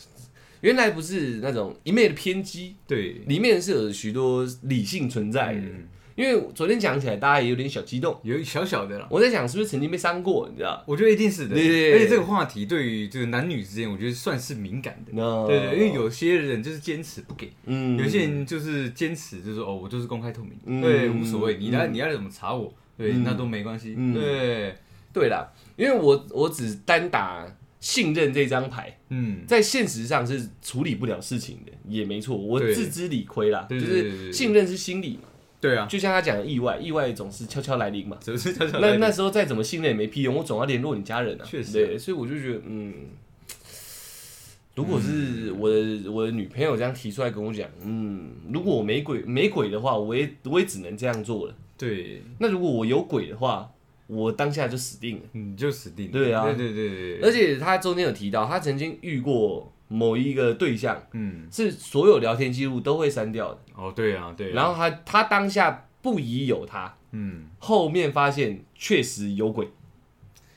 原来不是那种一昧的偏激，
对，
里面是有许多理性存在的。
嗯
因为昨天讲起来，大家也有点小激动，
有小小的啦。
我在想是不是曾经被伤过，你知道？
我觉得一定是的，
对对对
而且这个话题对于就是男女之间，我觉得算是敏感的。
那
对对，因为，有些人就是坚持不给，
哦嗯
有些人就是坚持就是哦，我就是公开透明，
嗯
对，无所谓，你来
嗯
你爱怎么查我，对，
嗯
那都没关系，
嗯
对，
对啦，因为我我只单打信任这张牌，
嗯，
在现实上是处理不了事情的，也没错，我
对
自知理亏啦，就
对对对对
是
对
信任是心理嘛，
对啊，
就像他讲的意外，意外总是悄悄来临嘛。
只是小
(laughs)
小
那
的
那时候再怎么信任也没屁用，我总要联络你家人啊。
确实
对，所以我就觉得，嗯，如果是我的我的女朋友这样提出来跟我讲，嗯，如果我没鬼没鬼的话，我也我也只能这样做了。
对，
那如果我有鬼的话，我当下就死定了。
你就死定了，
对啊
对对对对，
而且他中间有提到，他曾经遇过某一个对象。
嗯，
是所有聊天记录都会删掉的。
哦，对啊，对啊，
然后他他当下不疑有他，
嗯，
后面发现确实有鬼。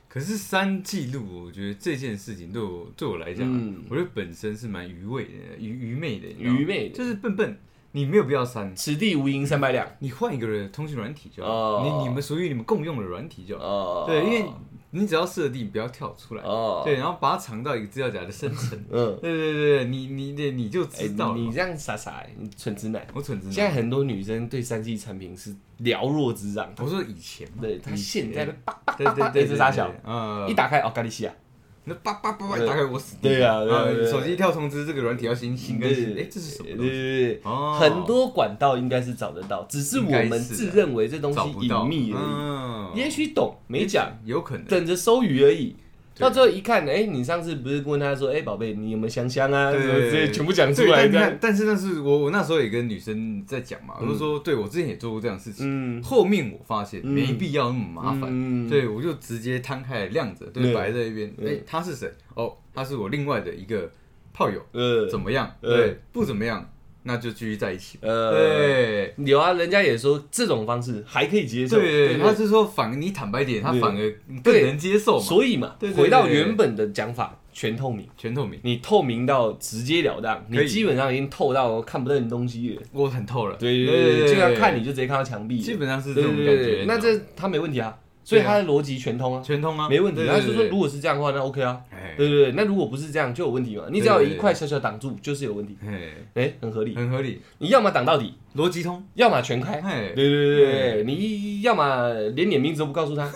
可是删记录，我觉得这件事情对我对我来讲啊，
嗯
我觉得本身是蛮愚昧的，愚愚昧的，你知道吗
愚昧的，
就是笨笨，你没有必要删，
此地无银三百两。
你换一个通讯软体就好，
哦
你你们属于你们共用的软体就好，
哦，
对，因为你只要设定不要跳出来，
哦，
对，然后把它藏到一个资料夹的
(laughs)
深层。
嗯，
对对对，对你你你你就
哎
知道，了。
你这样傻傻欸，你蠢直男。
我蠢知
现
道。
在很多女生对三 C 产品是了若指掌，
我说以前
(laughs)
嘛，
对她
以
现
前
在的叭叭
对
叭
对
叭
对，对
是傻小，，
嗯，
一打开哦，咖喱西亚，
那叭叭叭叭
对
一打开我死定了。
对啊对啊
呃
对啊
手机跳通知这个软体要新新更新，哎，这是什么
对
东西？
对对，
哦，
很多管道应该是找得到，只是我
应该
们
是啊
自认为这东
找
西
不到
隐秘而
嗯
已，也许懂没讲，
有可能。
等着收鱼而已。
对
到最后一看，哎，你上次不是问他说，哎，宝贝，你有没有香香啊？什
对
么
对
之类，
对
全部讲出
对，
来
但
这
但
样。
但是但是我我那时候也跟女生在讲嘛，我就说，对我之前也做过这样的事情。
嗯，
后面我发现
嗯
没必要那么麻烦，
嗯，
对我就直接摊开来晾着，
对
对，摆在一边。
嗯
哎，他是谁？哦，他是我另外的一个炮友，
呃，
怎么样？
呃
对，不怎么样，那就继续在一起。
呃，
对
有啊，人家也说这种方式还可以接受，
对，
不
他是说反而你坦白点，他
对
反而
对
更能接受嘛，
所以嘛
对对，对
回到原本的讲法，全透明，
全透明，
你透明到直截了当，
可
你
以
基本上已经透到看不到你东西了。
我很透了。
对对对，就要看你就直接看到墙壁了，
基本上是这
对
种
对
感
对
觉
对。，那这他没问题啊，所以
对啊
他的逻辑全通啊，
全通啊，
没问题
对
啊。他就说如，果是这样的话，那 OK 啊。
哎
对对对，那如果不是这样就有问题嘛，你只要有一块小小挡住就是有问题，
哎，
哎，很合理。
很合理，
你要么挡到底，
逻辑通，
要么全开。
哎
对，对对对，你要么连你的名字都不告诉他，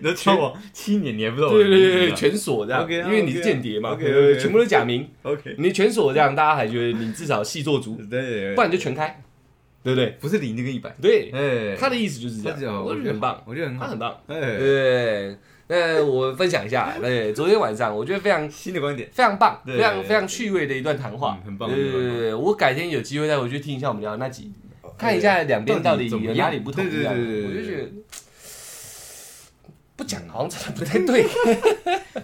那交往七年你还不知道我的
对对
名字啊？
对对，全锁这样
OK 啊
因为你
OK
是
啊
间谍嘛
OK，OK
对全部都假名，
OK，
你全锁这样，大家还觉得你至少戏做足
对，对，
不
对
然你就全开，对不对？
不是零就跟一百，
对，
哎，
他的意思就是这
他只
样，
要
我觉得很棒，
我觉得很
他
好，
很棒，
哎，
对。那我分享一下，对，昨天晚上我觉得非常
新的观点，
非常棒，
对
非常非常趣味的一段谈话
嗯，很棒
对对对对，我改天有机会再回去听一下我们聊的那集，看一
呃
下两边到底有哪里不同，
对对
这样
对对对
我就觉得不讲好像真的不太对，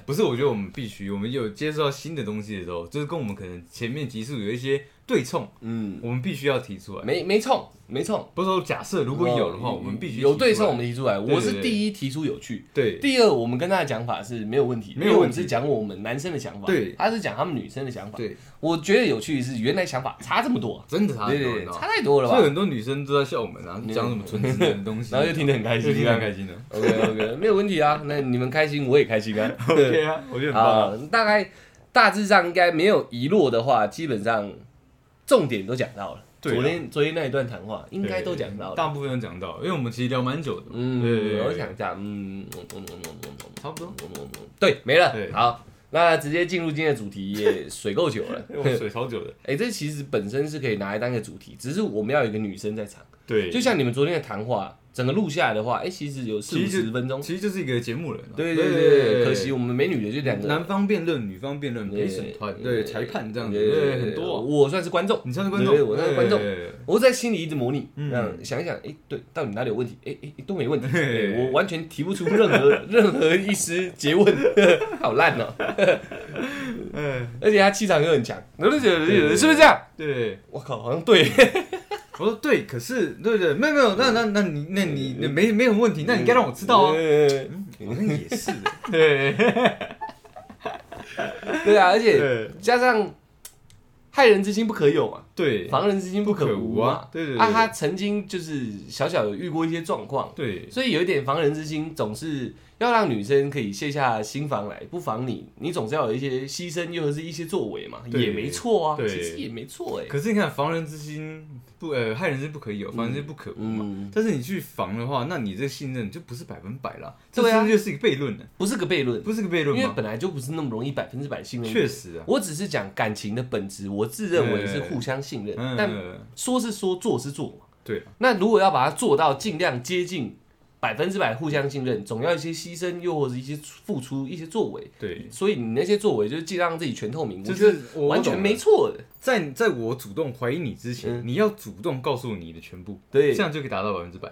不是，我觉得我们必须，我们有接触到新的东西的时候，就是跟我们可能前面集数有一些对冲，
嗯，
我们必须要提出来。
没没冲，没冲。
不是说假设如果有的话，
哦
我们必须
有对
提出
冲，
来
我们提出来。
对对
我是第一提出有趣，
对
第二我们跟他的讲法是没有问题，
没
因
有问题
为我们是讲我们男生的想法，
对
他是讲他们女生的想法。
对，
我觉得有趣是原来想法差这么多，啊
真的差
对
很多，你
对对，
知道
差
吗？
太多了
所以很
吧？
多女生都在笑我们啊，讲什么纯直男的东
(laughs)
西，
然后就听得很开
就
心，
听得很开心啊的。
OK
(laughs)
OK，没有问题啊，那你们开心我也开心啊。 (laughs)
OK 啊，我觉得很棒啊。
啊，大概大致上应该没有遗落的话，基本上重点都讲到了。
对啊
昨天昨天那一段谈话应该都讲到了。
大部分都讲到，因为我们其实聊蛮久的嘛。
嗯，
对对对，
我想一下，嗯，嗯嗯嗯嗯嗯嗯
差不多。
嗯嗯嗯对，没了
对。
好，那直接进入今天的主题，也水够久了。
因为我水超久的，
哎、这其实本身是可以拿来当一个主题，只是我们要有一个女生在场。
对，
就像你们昨天的谈话，整个录下来的话，哎、其实有四五
其实就
十分钟。
其实就是一个节目人啊。
对对对对，可惜我们美女的就两个人
男方辩论，女方辩论，
对
陪审团，
对
对裁判这样子，
对对
对
对
很多啊。
我算是观众，
你算是观众
对，我算是观众
对
我在心里一直模拟，
嗯
这样想一想，哎，对，到底哪里有问题？哎哎，诶都没
(laughs)
问题，
嘿
对我完全提不出任何 (laughs) 任何一丝诘问， (laughs) 好烂
(laughs)
哦！
嗯，
而且他气场又很强，是不是？
对
是不是这样？
对。
我靠，好像对，
我说对，可是对对，没有没有，那那那你那你那没没有问题，那你该让我知道啊。
(laughs) 对
好像也是，对
对啊，而且
对
加上害人之心不可有嘛， (laughs)
对
防人之心不可无
不可无
嘛
啊，对对对
啊，他曾经就是小小有遇过一些状况，
对
所以有一点防人之心，总是要让女生可以卸下心防来，不防你，你总是要有一些牺牲，又或是一些作为嘛，
对
也没错啊，
对
其实也没错哎、
可是你看，防人之心不呃，害人之不可有，防人之不可无嘛。
嗯，
但是你去防的话，那你这个信任就不是百分百啦。
对啊
这是不是就是一个悖论呢？
不是个悖论，
不是个悖
因
论
为
吗？
本来就不是那么容易百分之百信任。
确，实啊，
我只是讲感情的本质，我自认为是互相信任，
嗯，
但说是说，做是做嘛。
对啊，
那如果要把它做到尽量接近百分之百互相信任，总要一些牺牲，又或者一些付出、一些作为。
对，
所以你那些作为就是尽量让自己全透明，我
就
觉得
是我
完全没错的。
在在我主动怀疑你之前，
嗯
你要主动告诉我你的全部，
对
这，样就可以达到百分之百。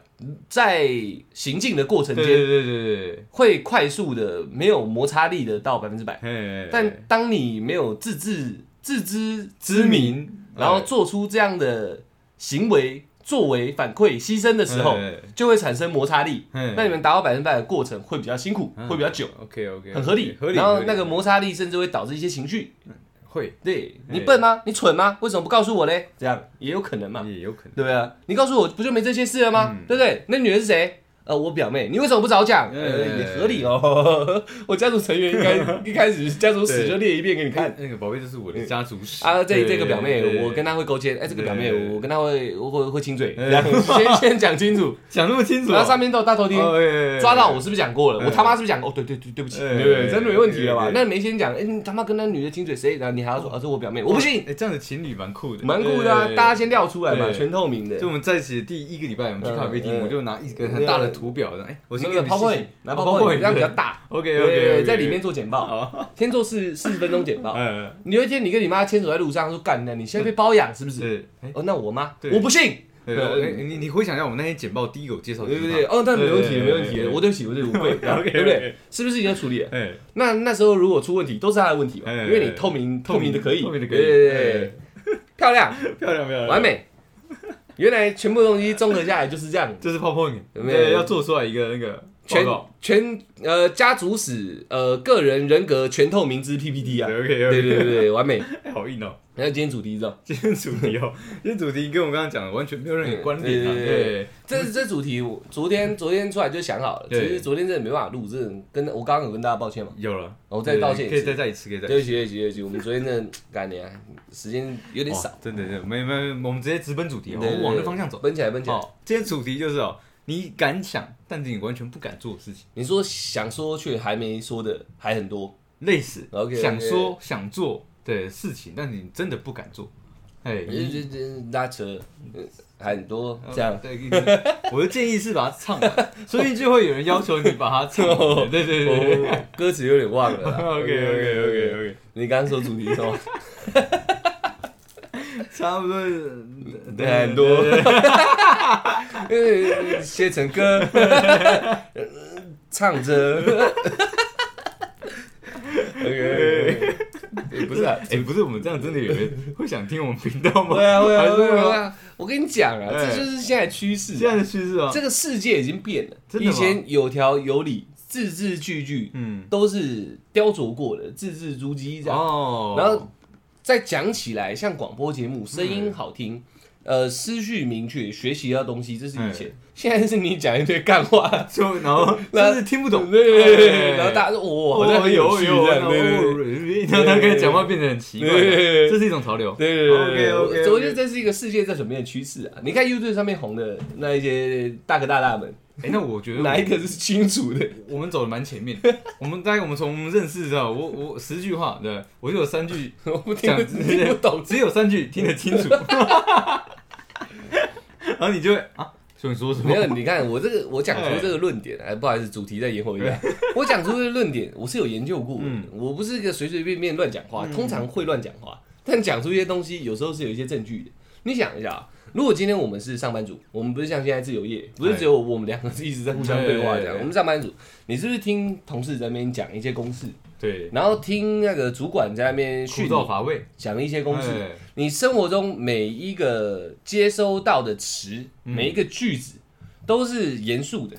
在行进的过程
对对
间
对对对
会快速的没有摩擦力的到百分之百，
嘿，
但当你没有自知自知之
知
明，
名，
然后做出这样的行为、作为、反馈、牺牲的
的
时候，就会产生摩擦力。那
那
你们达到百分之百的过程会比较辛苦，
嗯
会比较久，
OK OK，
很合理。
合理。
然后
合理
那个摩擦力甚至会导致一些情绪。
会
对你
哎
笨吗？你蠢吗？为什么不告诉我嘞？这样也有可能嘛。
也有可能，嗯
对不对？你告诉我不就没这些事了吗？对不对？那女的是谁？呃，我表妹，你为什么不早讲？呃，
嗯
也合理哦。
哎
(laughs) 我家族成员应
(laughs)
该一开始家族史就列一遍给你看
那个宝贝，这是我的家族史
啊。这
对
这个表
对
妹，
对
我跟她会勾肩，哎，这个表妹
对对对
我跟她会会会亲嘴，这样 (laughs) 先先讲清楚，
讲那么清哎楚哦，
然后上面都有大头贴，
哦哎
抓到我是不是讲过了？
嗯
我他妈是不是讲过？哦，对对对，对不起，
嗯
对不对？真的没问题了吧？
对对
那没先讲，哎，你他妈跟那女的亲嘴谁？然后你还要说，啊，这我表妹，我不信，
哎，这哎样的情侣蛮酷的，
蛮酷的啊，大家
家。
先亮出来嘛，
对
全透明的
就。我们在一起的第一个礼拜，我们去咖啡厅，
嗯嗯
我就拿一个很大的图表，哎，我
我
先
先
给
给
你哦
泡泡影，拿泡泡影，这样比较大。
OK
对对
OK，
对，在里面做简报，
好，
先做四四十分钟简报。
哦嗯，
你有一天你跟你妈牵手在路上说干的，你现在被包养是不是？
是，哎，
哦，那我妈，
对
我不信，
对
对
对，哎你你回想一下我们那天简报第一个我介绍的
对不
地
对？
方，
哦，那没问题，
对对
没问
对
题，
对
我对不起，我对不起
(laughs)
我
OK，OK
对，对不对？是不是已经处理了？
哎，
那那时候如果出问题，都是他的问题嘛，
哎
因为你透明
透
透
明
明的可以，
透明的可以哎
对对对对，漂亮
漂亮漂亮，
完，
(laughs)
美。原来全部东西综合下来就是这样，
这是泡泡影，
有没有
对，要做出来一个那个
全
报告
全呃家族史呃个人人格全透明之 PPT 啊，(laughs)
，OK
对
OK，
对对对，完美。
好硬哦。
然后今天主题是吧？
今天主题哦，今天主题跟我刚刚讲的完全没有任何关
对
联啊，
对对
对，
这这主题我昨天昨天出来就想好了，其
对
实昨天真的没办法录，真的跟我刚刚有跟大家抱歉嘛，哦
有了，
我再道歉
可
一
以
次
再。再一次，可以再一次
对不起，对不起，对不起，我们昨天真的干你啊，时间有点
哇
少，
哦真的真的没没没，我们直接直奔主题哦，
对
我
对
们
对
往那方向走。
奔起来，奔起来。
好，今天主题就是哦，你敢想，但是你完全不敢做的事情，
你说想说却还没说的还很多，
类似
OK，OK
想说想做的事情，但你真的不敢做。哎，
这这这拉扯呃还很多这样。
呃对，你 (laughs) 我的建议是把它
(laughs)
唱完，所以就会有人要求你把它唱完。对对对对
哦，歌词有点忘 (laughs) 了啦。
，OK OK OK OK，
你刚刚说主题是吗？
差不多哎是，
对，很多。呃 (laughs) 写成歌，呃唱着。OK，不是啊，
哎，不是我们这样，真的有人会想听我们频道吗？
会啊会啊
还是
会啊会
吗。
啊！我跟你讲啊，
哎
这就是现在趋势啊。
这样的趋势啊，
这个世界已经变了，
真的
以
吗
前有条有理、字字句句，
嗯，
都是雕琢过的，字字珠玑这样。
哦，
然后再讲起来，像广播节目，声音好听，呃，思绪明确，学习到东西，这是以前。现在是你讲一堆干话，
就然
(laughs)
后
那
甚至听不懂，
对对对对
哎
对，然后大家说哇，
我哦
好像很有趣这样，对对对
有，然后他开始讲话变得很奇怪，
对对对对
这是一种潮流。
对对对对
OK，OK，OK
我觉得这是一个世界在转变的趋势啊！你看 YouTube 上面红的那一些大哥大大们，
哎，那我觉得
哪一个是清楚的？
我们走的蛮前面，我们大概我们从我们认识知道，我我十句话，对我就有三句
我不听
讲
不听不懂，
只有三句听
(laughs)
得清楚，然后你就会啊，所以你说什
(laughs)
么
没？有，你看我这个，我讲出这个论点，哎，不好意思，主题再延后一下。我讲出这个论点，我是有研究过的，
哎嗯
我不是一个随随便便乱讲话，通常会乱讲话，但讲出一些东西，有时候是有一些证据的。你想一下啊，如果今天我们是上班族，我们不是像现在自由业，不是只有我们两个是一直在互相对话这
哎哎哎
样。
哎
我们上班族，你是不是听同事在那边讲一些公式，
对，
然后听那个主管在那边
枯
训
燥
你
乏味，
讲一些公式？
哎
你生活中每一个接收到的词，
嗯
每一个句子都是严肃的，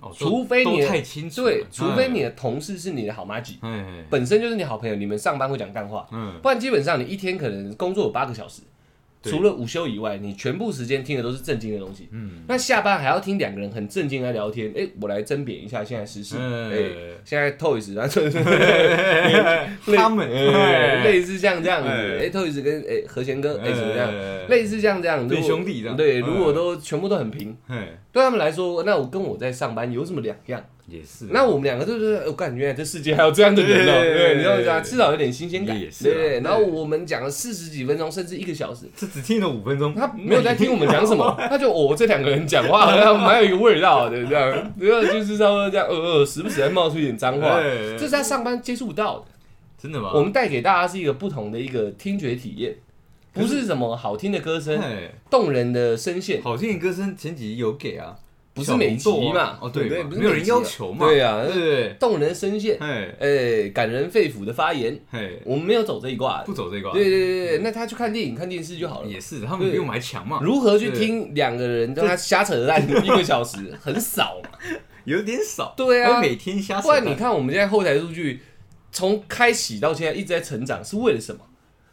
哦都
除非你
都
的
太清楚了，
对，除非你的同事是你的好妈吉，
哎，哎哎
本身就是你好朋友，你们上班会讲干话，
嗯，
不然基本上你一天可能工作有八个小时，
对
除了午休以外，你全部时间听的都是正经的东西。
嗯，
那下班还要听两个人很正经来聊天，哎，我来甄别一下现在时事，
嗯
哎，现在 Toys
(laughs)
然后类
他
(laughs)
们
哎
哎
类似像这样子，
哎
哎，Toys 跟哎和弦哥哎怎么样？
哎
(laughs) 类似像这样，如果
对兄弟这样
对，
嗯
如果都全部都很平，
哎，
对他们来说，那我跟我在上班有什么两样？
也是啊，
那我们两个就是，呃我感觉这世界还有这样的人哦，
对
对，你知道吗？
对
至少有点新鲜感，
也是啊
对不对？
对
然后我们讲了四十几分钟，甚至一个小时，
这只听了五分钟，
他没有在听我们讲什么， (laughs) 他就哦，这两个人讲话好像蛮有一个味道的，这样，然后就是稍微这样，呃呃，时不时还冒出一点 (laughs) 脏话，
哎
这是他上班接触不到
嗯
的。
真的吗？
我们带给大家是一个不同的一个听觉体验，不是什么好听的歌声、
哎
动人的声线。
好听的歌声前几集有给啊，
不是每集
小红豆
嘛
啊，哦对
对
嘛
不是
没有
每
人
集啊
要求嘛，
对啊
对对
动人的声线
对，，哎
哎，感人肺腑的发言，
哎，
我们没有走这一挂的
不。走这个啊，
对对对对，那他去看电影、看电视就好了。
也是，他们比我们还强嘛，
如何去听两个人跟他瞎扯淡一个小时，很少嘛？
有点少，
对啊
我每天瞎扯
不
淡，
然你看我们现在后台数据，从开启到现在一直在成长，是为了什么？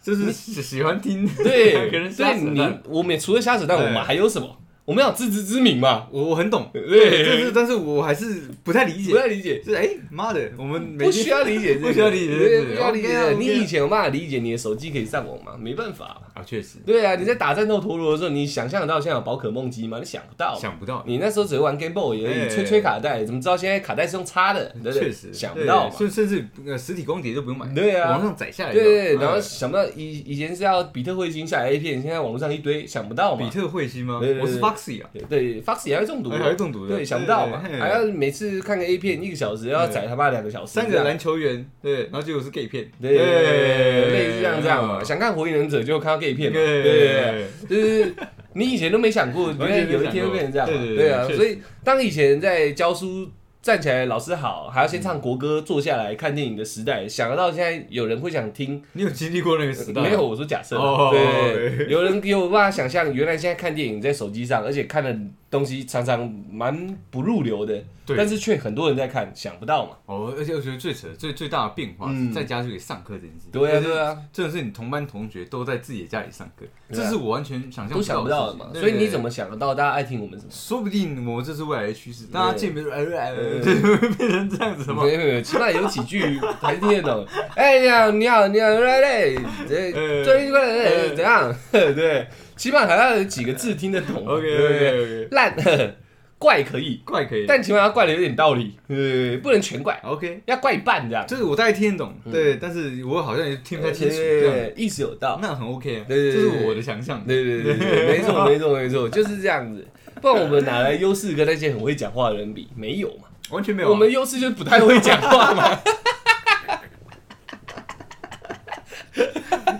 就是喜喜欢听
对
两个人，瞎
对
扯 (laughs)
你
淡，
我们也除了瞎扯淡，
对
我们还有什么？我们要有自知之明嘛，
我我很懂，
对
但是但是我还是不太理解
不，太理解，
就是哎妈的，我们每
(laughs) 不需
天
要理解这个，
不需要理解这个
对不需要理解这个。
OK 啊
你
OK 啊
以前有办法理解你的手机可以上网吗？没办法。
啊，确实
对啊，你在打战斗陀螺的时候，你想象得到现在有宝可梦机吗？你想不到。
想不到，
你那时候只会玩 Game Boy 而
哎
已，吹吹卡带，怎么知道现在卡带是用插的？对不对
确实
想不到嘛
对。甚甚至呃实体光碟都不用买，
对啊
网上载下来就
对
好，
对，对然后
哎
想不到以以前是要比特彗星下来 A 片，现在网络上一堆，想不到嘛
比。特彗星吗？
对对对
我是 Foxy 啊，
对，Fox 也会中毒啊哎
哎，还会中毒的，
对，想不到嘛，
对
还要每次看个 A 片一个小时，要载他妈哎两个小时，
三
这
个
样
篮球员，对，然后结果是 gay 片，
对，
哎
类似像这样嘛，
哎
想看火影忍者就看到 gay 片嘛，对对
对，
对，就是你以前都没想过，原
完
来
全没
有一天会变成这样嘛
想，过对对对
对啊，
确实
所以当以前在教书。站起来，老师好，还要先唱国歌，坐下来看电影的时代，想得到现在有人会想听，
你有经历过那个时代？啊
没有，，我说假设
哦，
对，有人有办法想象，原来现在看电影在手机上，而且看的东西常常蛮不入流的，
对
但是却很多人在看，想不到嘛，
哦，而且我觉得最扯、最最大的变化
嗯
是在家就可以上课这件事情。
对啊，
就是
对啊，
真的是你同班同学都在自己的家里上课，
对啊
这是我完全想象
都想不到的嘛，
事情
所以你
对
怎么想得到大家爱听我们什么？
说不定我这是未来的趋势，大家见面就哎哎哎，
对
对，会变成这样子吗？
没有没有，起码有几句还是听得懂。 (laughs) 哎，你好，你好，你好，来来，这
呃
最近快乐呃怎样？ (laughs) 对，起码还要有几个字听得懂。
OK
对不
OK
对
OK，
烂 (laughs) 呵怪可以，
怪可以，
但起码要怪的有点道理，对，不能全怪，
OK，
要怪一半这样。
这个我大概听得懂，对，但是我好像也听不太清楚，
对
这样
对，意思有道。
那很 OK 啊，
对对
这
对
是我的想象，
对对对对，没
(laughs)
错没错没错，就是这样子。不然我们哪来优势跟那些很会讲话的人比？没有嘛。
完全没有啊，
我们优势就是不太会讲话嘛。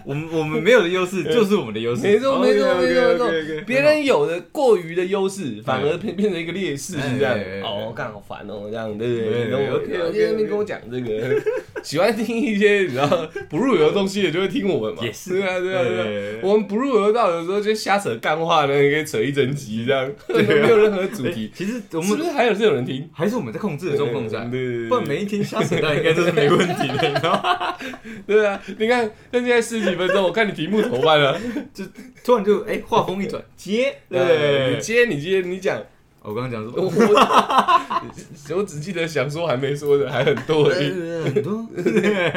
我们我们没有的优势就是我们的优势，
没错没错没错没错
OK，OK，OK，OK，，
别人有的过于的优势，反而变变成一个劣势
哎
这样
哎哎。
哦，干好烦哦，这样对不
对
对？
对
你懂我
OK，OK，OK
我在那边跟我讲这个，喜欢听一些你知道不入流的东西的就会听我们嘛。
也是
对啊对啊对啊。
对
我们不入流到有时候就瞎扯干话呢，也可以扯一整集 (laughs) 这样，都没有任何主题。
其实我
啊是不
们
是还有这种人听？
还是我们在控制的状况下，
对对对
不然每一天瞎扯淡应该都是没问题的，你知道吗？
对啊，你看，那现在四十几分钟，我看你题目投完了，
突然就哎话锋一转，接，
(laughs) 对，
对
你，接你接你讲，
哦我刚刚讲什
我
么？
我我只记得想说还没说的还很多而已。
呃
(laughs)
很多，对
对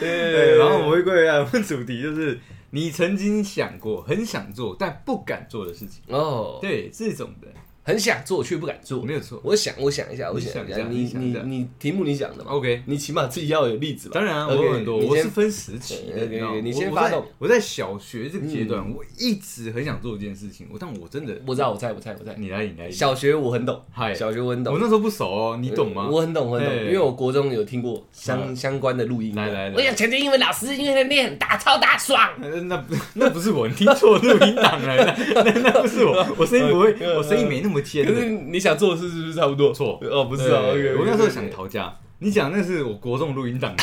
对，然后我们会归来我们主题就是你曾经想过很想做但不敢做的事情，
哦，
对这种的
很想做却不敢做
没。有错。
我想，我想一下，我
你
想
想
一
一
下，
下
你
你想一
你
下
你题目你想的嘛，
OK，
你起码自己要有例子吧。
当然啊，我
OK，
有很多，
你
我
先
是分时期的，
OK，
知道吗
你先
我
发
我在
动嗯
我在小学这个阶段，我一直很想做一件事情，我但我真的，
我知道，我猜，我猜，我猜。
你来，你来，你来
小学我很懂，
嗨，
小学我很
我
懂，
那时候不熟哦，你懂吗？
我很懂，我很懂，
对
因为我国中有听过相相关的录音。
来来来
我想强奸英文老师，因为他念很大，超大爽。
呃那不那不是我，你听错录音档了，那那那不是我，我声音不会，我声音没那么尖
可
的。
是你想做的事是不是差不多？
错
哦，不
不
是哦。OK，OK，
我那时候
OK
想逃家。你讲那是我国中录音档，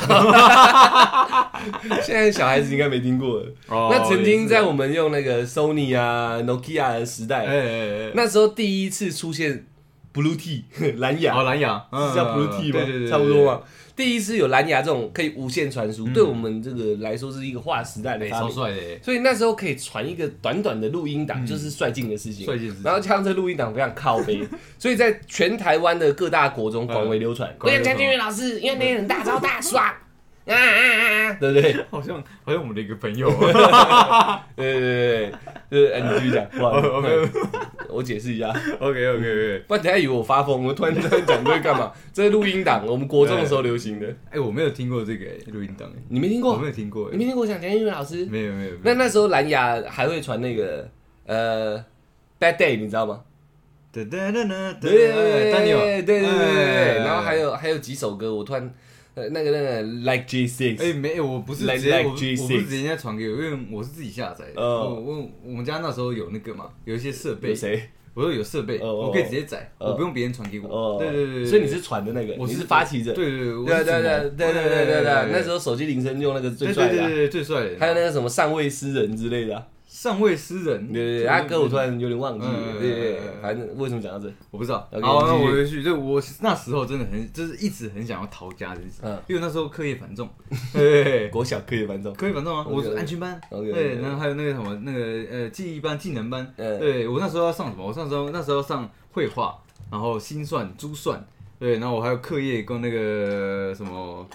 现在小孩子应该没听过了。那
那
曾经在我们用那个 Sony 啊、Nokia 的时
哎
代，
哎哎，
那时候第一次出现 Bluetooth (laughs) 蓝
哦
牙，
蓝牙
是叫 Bluetooth
对对对，嗯
吗？差不多嘛。第一次有蓝牙这种可以无线传输，对我们这个来说是一个划时代的
哎，
发
超
明。
帅的，
所以那时候可以传一个短短的录音档，就是帅劲的事情。
帅嗯劲的事情
然后加上这录音档非常靠
(laughs)
背，所以在全台湾的各大国中广为流传。我
广
想
为流传
江俊宇老师，因为你很大招大爽，啊啊啊啊，对不对？
好像好像我们的一个朋友，
对对对对，哎，你继续讲，不好意
哦没有
思，我解释一下，
OK OK OK，
不然等下以为我发疯，我突然突然讲这个干嘛？这是录音档，我们国中的时候流行的，
哎，我没有听过这个哎录音档，哎
你没听
我
过
没？有听过，哎
你没听过讲讲英文老师？
没有没有没
那
有，
那时候蓝牙还会传那个呃 Bad Day，你知道吗？
对对对对
对对
对，丹尼尔，
对对对对，
哎
然后还有还有几首歌，我突然呃那个那个 Like J
哎、
Six，
没有，我不是
Like-
直接
like
我不我不是
G6
直接人家传给我，因为我是自己下载的。
哦
我我我们家那时候有那个嘛，有一些设备
有，谁？
我说有设备，
哦哦
我可以直接载，
哦
我不用别人传给我。
哦，
对对对对，
所以你是传的那个，
我
你是
是
发起者
对。对对，我
对
是
对
主
对
谋
对对对对对，那时
候
候手机铃声用那个最
对
帅
对
的
对
啊。
对最帅的，
还有那个什么上位诗人之类的啊、
上位诗人，
对对对，啊，歌我突然有点忘记
嗯嗯
了，
嗯
对对
嗯
对
嗯，
反正为什么讲到这？
我不知道。
OK，
好，
你继
那
续
我就去。对，我那时候真的很，就是一直很想要逃家的意思，
嗯，
因为那时候课业繁重。对，
国小课业繁重，
课业繁重啊，
OK，
我是
OK
安全班，
OK，
对，
OK，
然后还有那个什么，那个呃记忆班、技能班。
嗯
对我那时候要上什么？我上时候那时候要上绘画，然后心算、珠算，对，然后我还有课业跟那个什么。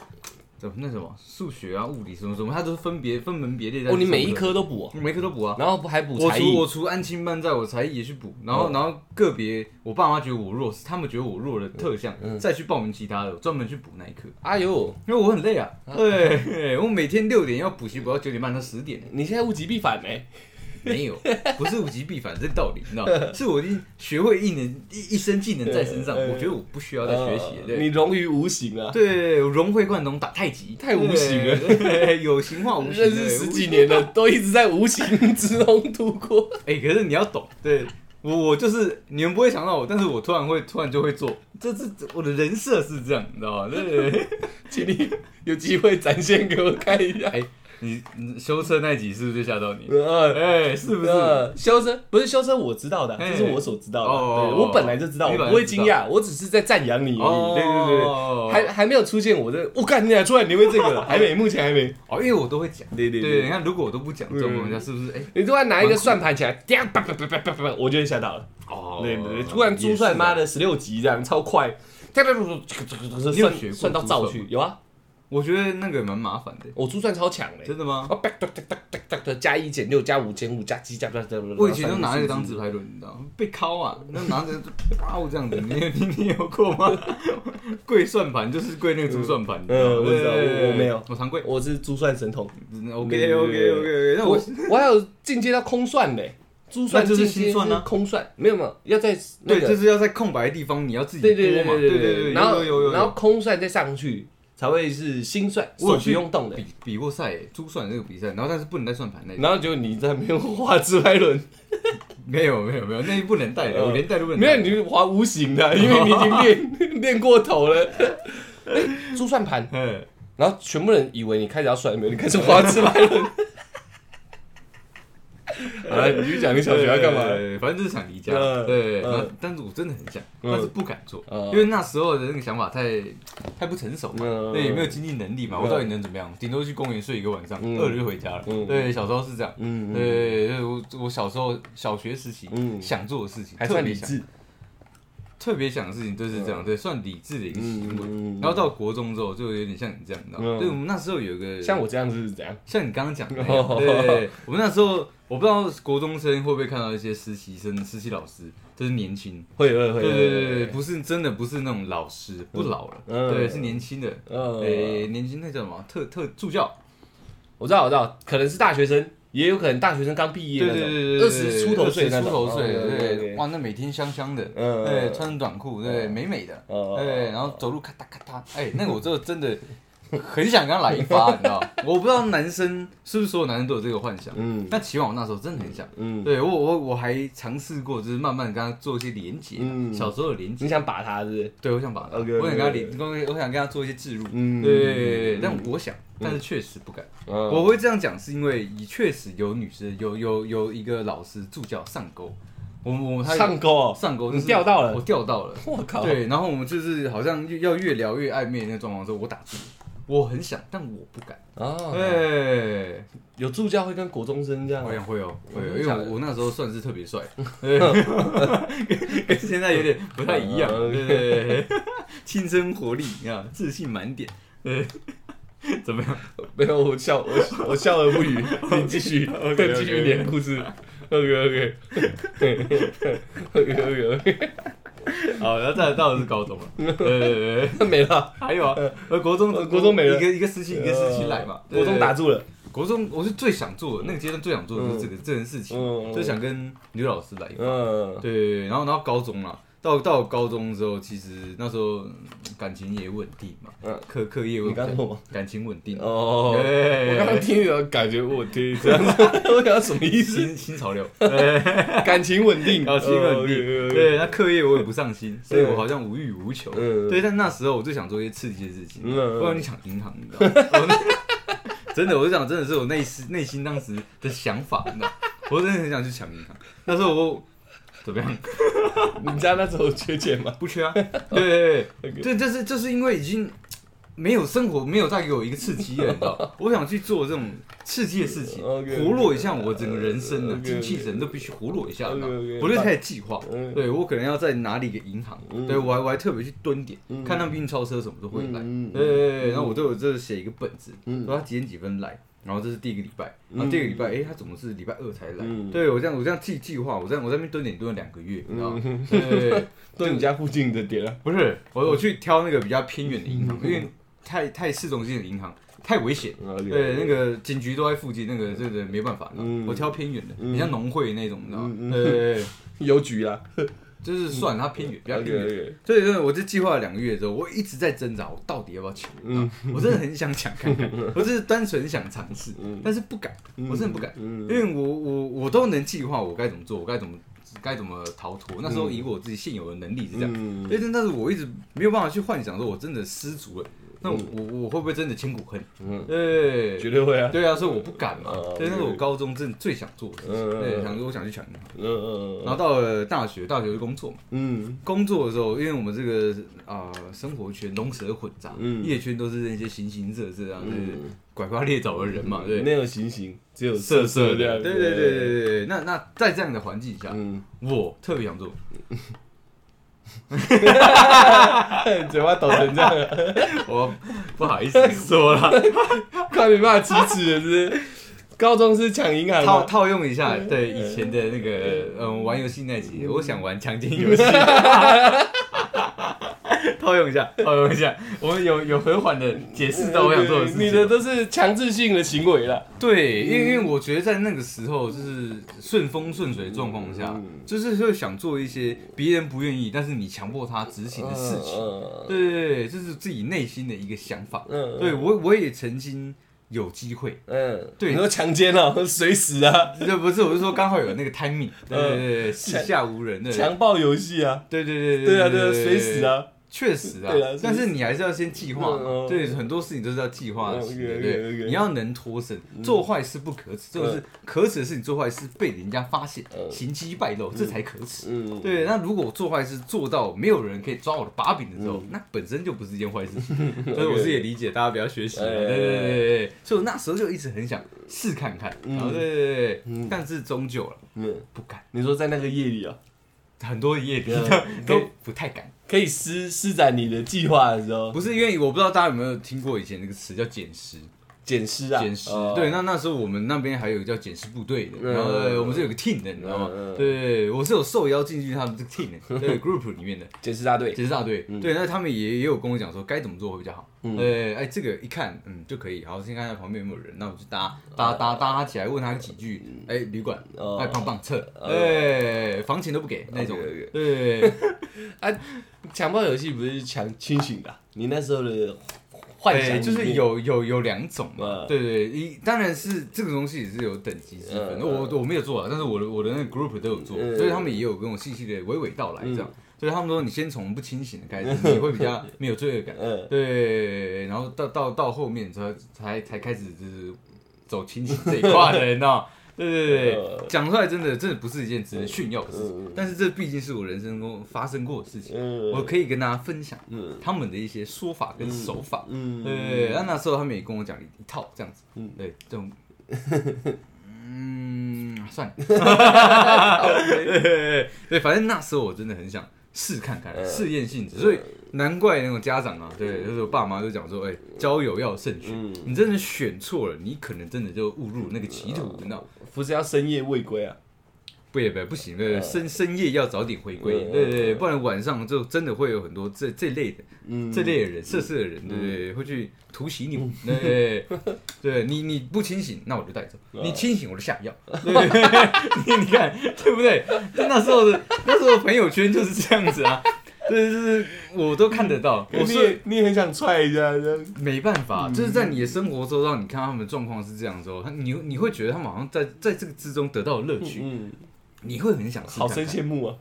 怎么那什么数学啊、物理什么什么，它都是分别分门别类在。
哦，你每一，科都补哦，
每一科都补啊。
然后还补
我
才
除
艺
我，除安亲班在，我才艺也去补，然后、
嗯
然后个别我爸妈觉得我弱，是他们觉得我弱的特项，
嗯
再去报名其他的，我专门去补那一科，
哎呦，
因为我很累啊，对，嘿我每天六点要补习，补到九点半到十点，
你现在物极必反哎，
(laughs) 没有，不是物极必反这道理，你知
(laughs)
道吗，是我已经学会一能一一身技能在身上，
嗯
我觉得我不需要再学习了，
呃
对
你。融于无形啊，
对，我融会贯通，打太极，
太无形了
对，对有形化无形。
认识
对
十几年了，都一直在无形之中度过， (laughs)
哎、可是你要懂，对我我就是你们不会想到我，但是我突然会突然就会做，这这这我的人设是这样，你知道吗？对对对，
请你有机会展现给我看一下。
哎你你修车那一集是不是就吓到你？
呃，
哎、是不是？
呃，修车不是修车，我知道的啊，
哎
这是我所知道的
哦
啊。对，我本来就知道，
你
我
本来
不会
就知道
惊讶，我只是在赞扬你而
哦
已。对对对，
对
还还没有出现我这，我干，你俩突然你会这个
(laughs)
了，还没，目前还没。
哦，因为我都会讲，
对对嗯
对，你，看如果我都不讲这种东西，是不是？哎、
你突然拿一个算盘起来，啪啪啪啪啪啪啪，我就会吓到了。
哦，
对对对，突然珠算妈
妈，
的十六级这样超快，啪啪啪啪啪啪，算算到造去有啊，
我觉得那个蛮麻烦的，
我珠算超强的。
真的吗？
哦，哒哒哒哒哒哒，加一减六加五减五加七加加加。
我以前都拿那个当纸牌轮，你知道吗？被敲啊，那拿着就啪这样子，你有你 (laughs) 你有过吗？ (laughs) 跪算盘就是跪那个珠算盘，你吗
嗯我知道
对
我我没有嗯
我常跪。
我是珠算神童。
OK OK OK，那我
我我还有进阶到空算嘞，珠算
那就是
进阶
心算啊
是空算没有没有，要在那
对，
个
就是要在空白的地方你要自己
对对对
拨嘛，
对
对对，
然后
有有有
然后
有。
空算再上去才会是心算，
我
手
有
不
去
用动的。
比比过赛，珠算这个比赛，然后但是不能带算盘那一 (laughs)
然后就你在那边画自拍 (laughs) 轮，
没有没有没有，那一不能带的，
呃
我连带都不能
没
带。
有你就滑无形的， (laughs) 因为你已经练 (laughs) 练过头了。哎珠算盘，
嗯，
然后全部人以为你开始要算没有，你开始滑自拍轮。 (laughs) 好了，你就 (laughs) 讲你小学要干嘛？
对反正就是想离家，
嗯嗯
对。然后但是我真的很想，
嗯
但是不敢做，
嗯
因为那时候的那个想法太太不成熟嘛，
嗯
对，也没有经济能力嘛。
嗯
我到底能怎么样？顶多去公园睡一个晚上，
嗯
饿了就回家了。
嗯
对，小时候是这样。
嗯，嗯，
对，对我我小时候小学时期
嗯
想做的事情，
还
特
算
别
理
想
智。嗯
特别想的事情就是这样，对，算理智的一个行为。
嗯嗯嗯嗯
然后到国中之后，就有点像你这样，你知道吗？
嗯
对，我们那时候有一个
像我这样是怎样？
像你刚刚讲的那
哦
样，对，我们那时候我不知道国中生会不会看到一些实习生、实习老师，就是年轻，
会会会，
对对对对，，不是真的不是那种老师，不老了，
嗯
对，是年轻的，
呃
对，，年轻那叫什么特特助教，
我知道我知道，可能是大学生，也有可能大学生刚毕业
对
那
对
种，
对对，
二十出头岁那
出
种，
头岁，
哦对
对，哇，那每天香香的，
嗯
对，穿短裤，对，美美的，
哦
对，然后走路咔嗒咔嗒，哎，那个我这真的很想跟他来一发，你知道吗？我不知道男生是不是所有男生都有这个幻想，
嗯
但起码我那时候真的很想。
嗯，
对我我我还尝试过，就是慢慢跟他做一些连接，
嗯
小时候的连接。
你想把他是不是？
对，我想把他
OK，OK，
我想跟他连，
OK
我我想跟他做一些置入。
嗯
对，但我想，但是确实不敢。
我
我会这样讲，是因为也确实有女生，有有有一个老师助教上钩，我我他
上钩，
上钩，
哦你
就是
钓到了
我钓到了。
我靠，
对，然后我们就是好像越要越聊越暧昧的那个状况之后，我打住，我很想，但我不敢。
哦，
对，
有助教会跟国中生这样
好，像会哦，会哦，
真的
因为
假的
我我那时候算是特别 (laughs) 帅，对跟跟现在有点不太一样，
嗯
对对对对，青春活力啊，自信满点，对，怎么样？
没有我笑，我我笑而不语，你继
(laughs)
续，
OK，OK，OK
继续你的故事，OK
(laughs)
OK OK OK
好，然后再来到的是高中 (laughs) 了，对对对对，
OK，没了，
还有啊，呃，国中呃
呃国中没了
一个一个时期一个时期来嘛，对
国中打
对
住了，
对国中，我是最想做的那个阶段最想做的就是这个这件事情，
嗯，
就想跟刘老师来一发
嗯，
对，然后然后高中啦，到到高中之后，其实那时候嗯感情也稳定嘛，
嗯
课课业
你
稳
刚
定，
说吗？
感情稳定。
哦，我
对
刚刚听你的感觉，我听
(laughs)
这样子，我想什么意思？
新新潮流，
感情稳定，哦
啊感情稳定。对，那课业我也不上心，所以
对
我好像无欲无求。
嗯
对，但那时候我最想做一些刺激的事情，
嗯嗯
不然你想银行，你知道吗？我那真的，我就想，真的是我内心内心当时的想法，你知道吗。我真的很想去抢银行。那时候我怎么样？
你家那时候缺钱吗？
不缺啊。对对对
OK
对，就是就是因为已经没有生活，没有带给我一个刺激了，你
(laughs)
知道？我想去做这种刺激的事情，
OK，OK
活络一下我整个人生的
OK，OK
精气神都必须活络一下。你知道
OK，OK
我就开始计划
嗯，
对我可能要在哪里一个银行，
嗯
对我还我还特别去蹲点
嗯，
看他们运钞车什么都会来。
嗯嗯嗯
对对对，然后我都有这写一个本子，
嗯
说他几点几分来。然后这是第一个礼拜，然后第二个礼拜，哎、他怎么是礼拜二才来？
嗯
对我这样，我这样计计划，我在我在那边蹲点蹲了两个月，你知道吗？
嗯
对对对，对
都你家附近的点啊了。
不是，我我
嗯
去挑那个比较偏远的银行，因为太太市中心的银行太危险。
OK
对，那个警局都在附近，那个这个没办法。
嗯
我挑偏远的，
嗯
你像农会那种，你知道
嗯嗯嗯
吗？对对，对
邮局啦，
就是算它偏远，比较偏远。
OK，OK
对对，我就计划了两个月之后，我一直在挣扎，我到底要不要抢？
嗯
我真的很想抢
(laughs)
看看，我只是单纯想尝试
嗯，
但是不敢，我真的不敢，
嗯
因为我我我都能计划我该怎么做，我该怎么该怎么逃脱。那时候以我自己现有的能力是这样，
嗯
对，但但是我一直没有办法去幻想说，我真的失足了，那我我我会不会真的千古恨？
嗯，
对，
绝对会啊。
对啊，所以我不敢嘛
嗯。
对，那是我高中真的最想做的事情，
嗯
对，想说我想去抢银行。
嗯嗯
然后到了大学，大学就工作嘛。
嗯
工作的时候，因为我们这个啊、呃生活圈龙蛇混杂，
嗯
夜圈都是那些形形色色啊，就是
嗯，
拐瓜裂枣的人嘛，对，
没有形形，只有色色这样。
对对对对对对。那那在这样的环境下，
嗯， (laughs)
我特别想做，
嘴巴抖成这样，
我不好意思说了。
(laughs) 快没办法启齿了，是不是？高中是抢银行
套
吗？
套用一下
嗯
对以前的那个嗯玩游戏那集，我想玩强奸
(laughs)
游戏，套用一下，套用一下，我们有有和缓的解释到我想做的事情。
你的都是强制性的行为啦。
对，因为因为我觉得在那个时候就是顺风顺水的状况下
嗯，
就是会想做一些别人不愿意，但是你强迫他执行的事情。
嗯
对对对，这是自己内心的一个想法。
嗯
对我我也曾经有机会，
嗯，
对
你说强奸哦，随时啊，
(laughs) 这不是我是说刚好有那个 timing，对对对对，四下无人，
嗯
对
强暴游戏啊，
对对对
对啊对啊，随时，啊。
确实啊
对啊，
但是你还是要先计划
嗯
嘛
哦，
对，很多事情都是要计划的，
嗯
对
OK，OK，
对，
OK
你要能脱身，
嗯
做坏事不可耻，就是可耻的事情做坏事被人家发现，
嗯
行迹败露，这才可耻。
嗯，
对，那如果我做坏事做到没有人可以抓我的把柄的时候，
嗯
那本身就不是一件
(laughs)
坏事情，所以我是也理解大家不要学习啊，
哎
对对对对对，所以我那时候就一直很想试看看，然后对对对对，但是终究了
嗯，
不敢，
你说在那个夜里啊，
很多夜里
嗯
(laughs) 都
可以
不太敢。
可以施施展你的计划的时候，
不是因为我不知道大家有没有听过以前那个词叫捡尸，
捡尸啊，
捡尸。
哦
对，那那时候我们那边还有一个叫捡尸部队的，
嗯
然后呃我们是有个 team 的，你知道吗
嗯嗯？
对，我是有受邀进去他们这个 team
(laughs)
的，对 group 里面的
捡尸大队，
检视大队。
嗯
对，那他们也也有跟我讲说该怎么做会比较好。对，哎，这个一看，嗯，就可以。然后先看看旁边有没有人，那我就搭搭搭搭他起来，问他几句，哎，旅馆，
哦
哎，棒棒测，哎，房钱都不给那种
OK，OK。
对，
强暴游戏不是强清醒的啊、你那时候的幻
对，
想
就是
里面
有有有两种嘛，
嗯
对对，一当然是这个东西也是有等级之
嗯
分，我我没有做啊，但是我的我的那个 group 都有做，
嗯
所以他们也有跟我细细的娓娓道来这样，所以他们说你先从不清醒的开始，你会比
(laughs)
较没有罪恶感，
嗯
对，然后到到到后面才才才开始就是走清醒这一块的，你知道吗。 (laughs) 对对对，
嗯
讲出来真的真的不是一件值得炫耀的
嗯
事情
嗯，
但是这毕竟是我人生中发生过的事情，
嗯
我可以跟大家分享
嗯
他们的一些说法跟手法。
嗯
对，那那时候他们也跟我讲一一套这样子，
嗯
对，这
(laughs)
种，嗯，算了，对，反正那时候我真的很想试看看，
嗯
试验性质，所以难怪那种家长啊，对，就是我爸妈就讲说，哎，交友要慎选，
嗯
你真的选错了，你可能真的就误入那个歧
呃
途，那
不是要深夜未归啊，
不也不不行，对，深深夜要早点回归，
呃嗯
对对，对不然晚上就真的会有很多这这类的
嗯
这类的人，色色的人，对不对？会去突袭你，对对，你你不清醒，那我就带走；
啊
你清醒，我就下药。对， (laughs) 你你看对不对？那时候的那时候的朋友圈就是这样子啊，对，就是我都看得到，我
我嗯
是
是你也嗯很想踹一下这样，
没办法，就是在你的生活周遭，你看到他们的状况是这样的时哦候，他你你会觉得他们好像在在这个之中得到乐趣，
嗯，
你会很想试
好
看
生
看。
羡慕啊，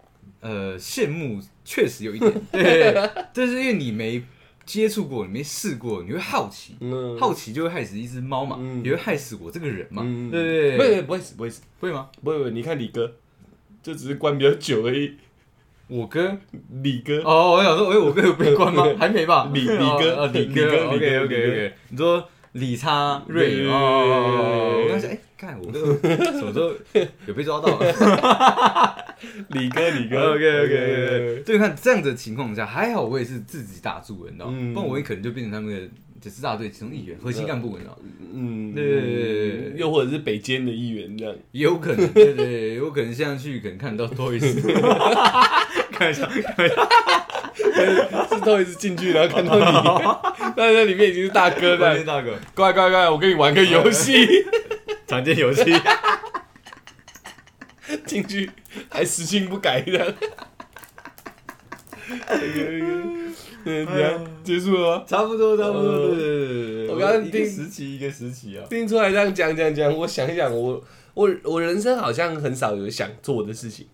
(laughs) 呃，羡慕确实有一点，对，但是因为你没接触过，你没试过，你会好奇，
嗯，
好奇就会害死一只猫嘛，
嗯
也会害死我这个人嘛，
嗯
对对
不
对，
会不会死不会死
会吗？
不会不会，你看李哥，就只是关比较久而已。
我哥，
李哥，
哦，我想说，哎，我哥有被关吗？还没吧？
李
哦
李哥
哦李
李
哥
哥李哥
，OK
李
OK
哥
OK，你说李叉瑞
对
哦哦，哦哦
对对对对
我刚想，哎，看我哥什么时候有被抓到？
李哥，李哥
OK OK OK，对，看这样的情况下，还好我也是自己打住，你知道吗，
嗯
不然我也可能就变成他们的九支大队其中一员、核心干部，你知道吗，
嗯，
对对对对对
又或者是北监的一员这样，
也有可能，对对对，有可能现在去可能看到多一次，开玩笑，开玩笑，
是头一次进去然后看到你，但是那里面已经是大哥
关
了
键，大哥，
乖乖乖，我跟你玩个游戏，
常见游戏，
进去还死性不改这样。嗯，怎样？结束了吗？
差不多差不多，
呃
对对对对，
我刚刚
一个
听
时期一个时期啊，
听出来这样讲讲讲，我想一想，我我我人生好像很少有想做的事情，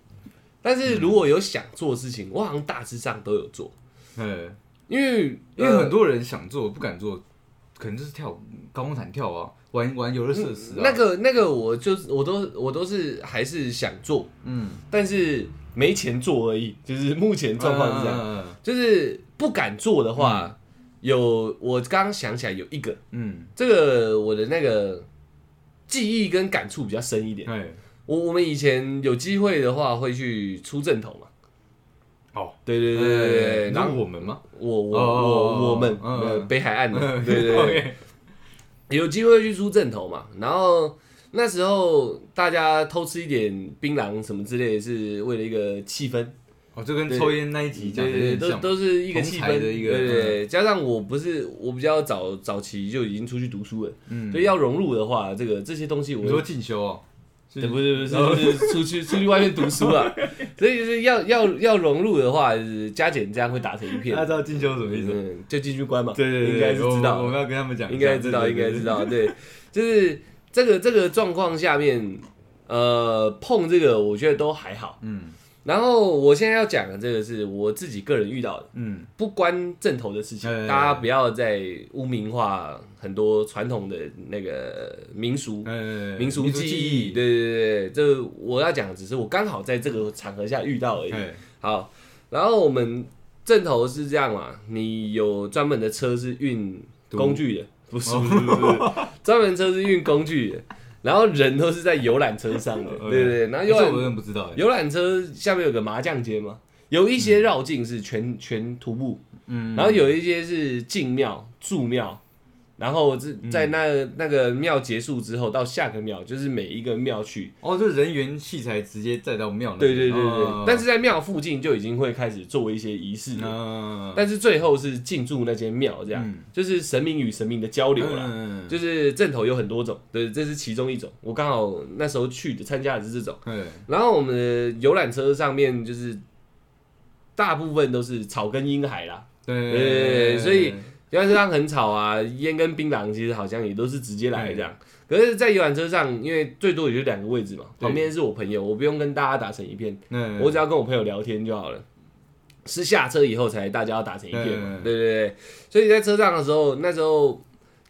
但是如果有想做的事情，我好像大致上都有做，
嗯，
因为呃
因为很
多、
多人想做不敢做，可能就是跳舞高空弹跳啊，玩玩游乐设施啊，
那个那个，我就是我都我都是还是想做，
嗯，
但是没钱做而已，就是目前状况是这样，
嗯，嗯
就是不敢做的话，有我刚刚想起来有一个，
嗯，
这个我的那个记忆跟感触比较深一点
嗯，哎，
我我们以前有机会的话会去出正头嘛。
好，
对对对对对，然
然后
后
我们吗？
我我
哦
我我们
嗯
呃
嗯
北海岸的，对对
(laughs)
对，
对，
有机会去出正头嘛。然后那时候大家偷吃一点槟榔什么之类，是为了一个气氛，
哦，就跟
对
抽烟那一
对
集讲的
对对，
有点
都
像，
都是一个气
同才
氛
的一个
对对对。加上我不是我比较早早期就已经出去读书了，
嗯
所以要融入的话，这个这些东西我
你说进修哦，是
对，不是不是，就是出去出去外面读书啊，所以就是要要要融入的话，就是加减这样会打成一片
大家，知道进修什么意思？
嗯，就进去关嘛，
对对对，
应该是
我
知道
我们
的，
要跟他们讲一下，
应该知道，
对
应该知。
对对对
道，对，就是这个这个状况下面，呃，碰这个我觉得都还好。
嗯
然后我现在要讲的这个是我自己个人遇到的，
嗯，
不关正头的事情
哎哎，哎
大家不要再污名化很多传统的那个民俗，
呃，
民俗记忆，对对对，对这我要讲的只是我刚好在这个场合下遇到而已。
哎，
好，然后我们正头是这样嘛，你有专门的车是运
毒
工具的， (laughs) 不是不是不是，专门车是运工具的，然后人都是在游览车上的，
嗯
对对对，然后
哎
游
这我
览
真的不知道哎，
游览车下面有个麻将街嘛，有一些绕境是全全徒步，
嗯
然后有一些是进庙、住庙，然后是在那、那个庙结束之后到下个庙，就是每一个庙去。
哦，就人员器材直接载到庙那
对
边，
对对对，
哦
但是在庙附近就已经会开始做一些仪式了，
嗯，
但是最后是进驻那间庙，这样、
嗯
就是神明与神明的交流啦。
嗯，
就是正头有很多种，对，这是其中一种。我刚好那时候去的参加的是这种，
对，
然后我们的游览车上面就是大部分都是草根婴孩啦，
对
对对对所以游览车上很吵啊，烟跟槟榔其实好像也都是直接来这样。
嗯
可是，在游览车上，因为最多也就两个位置嘛，
对
旁边是我朋友，我不用跟大家打成一片，
嗯
我只要跟我朋友聊天就好了。是下车以后才大家要打成一片嘛，对对对。所以在车上的时候，那时候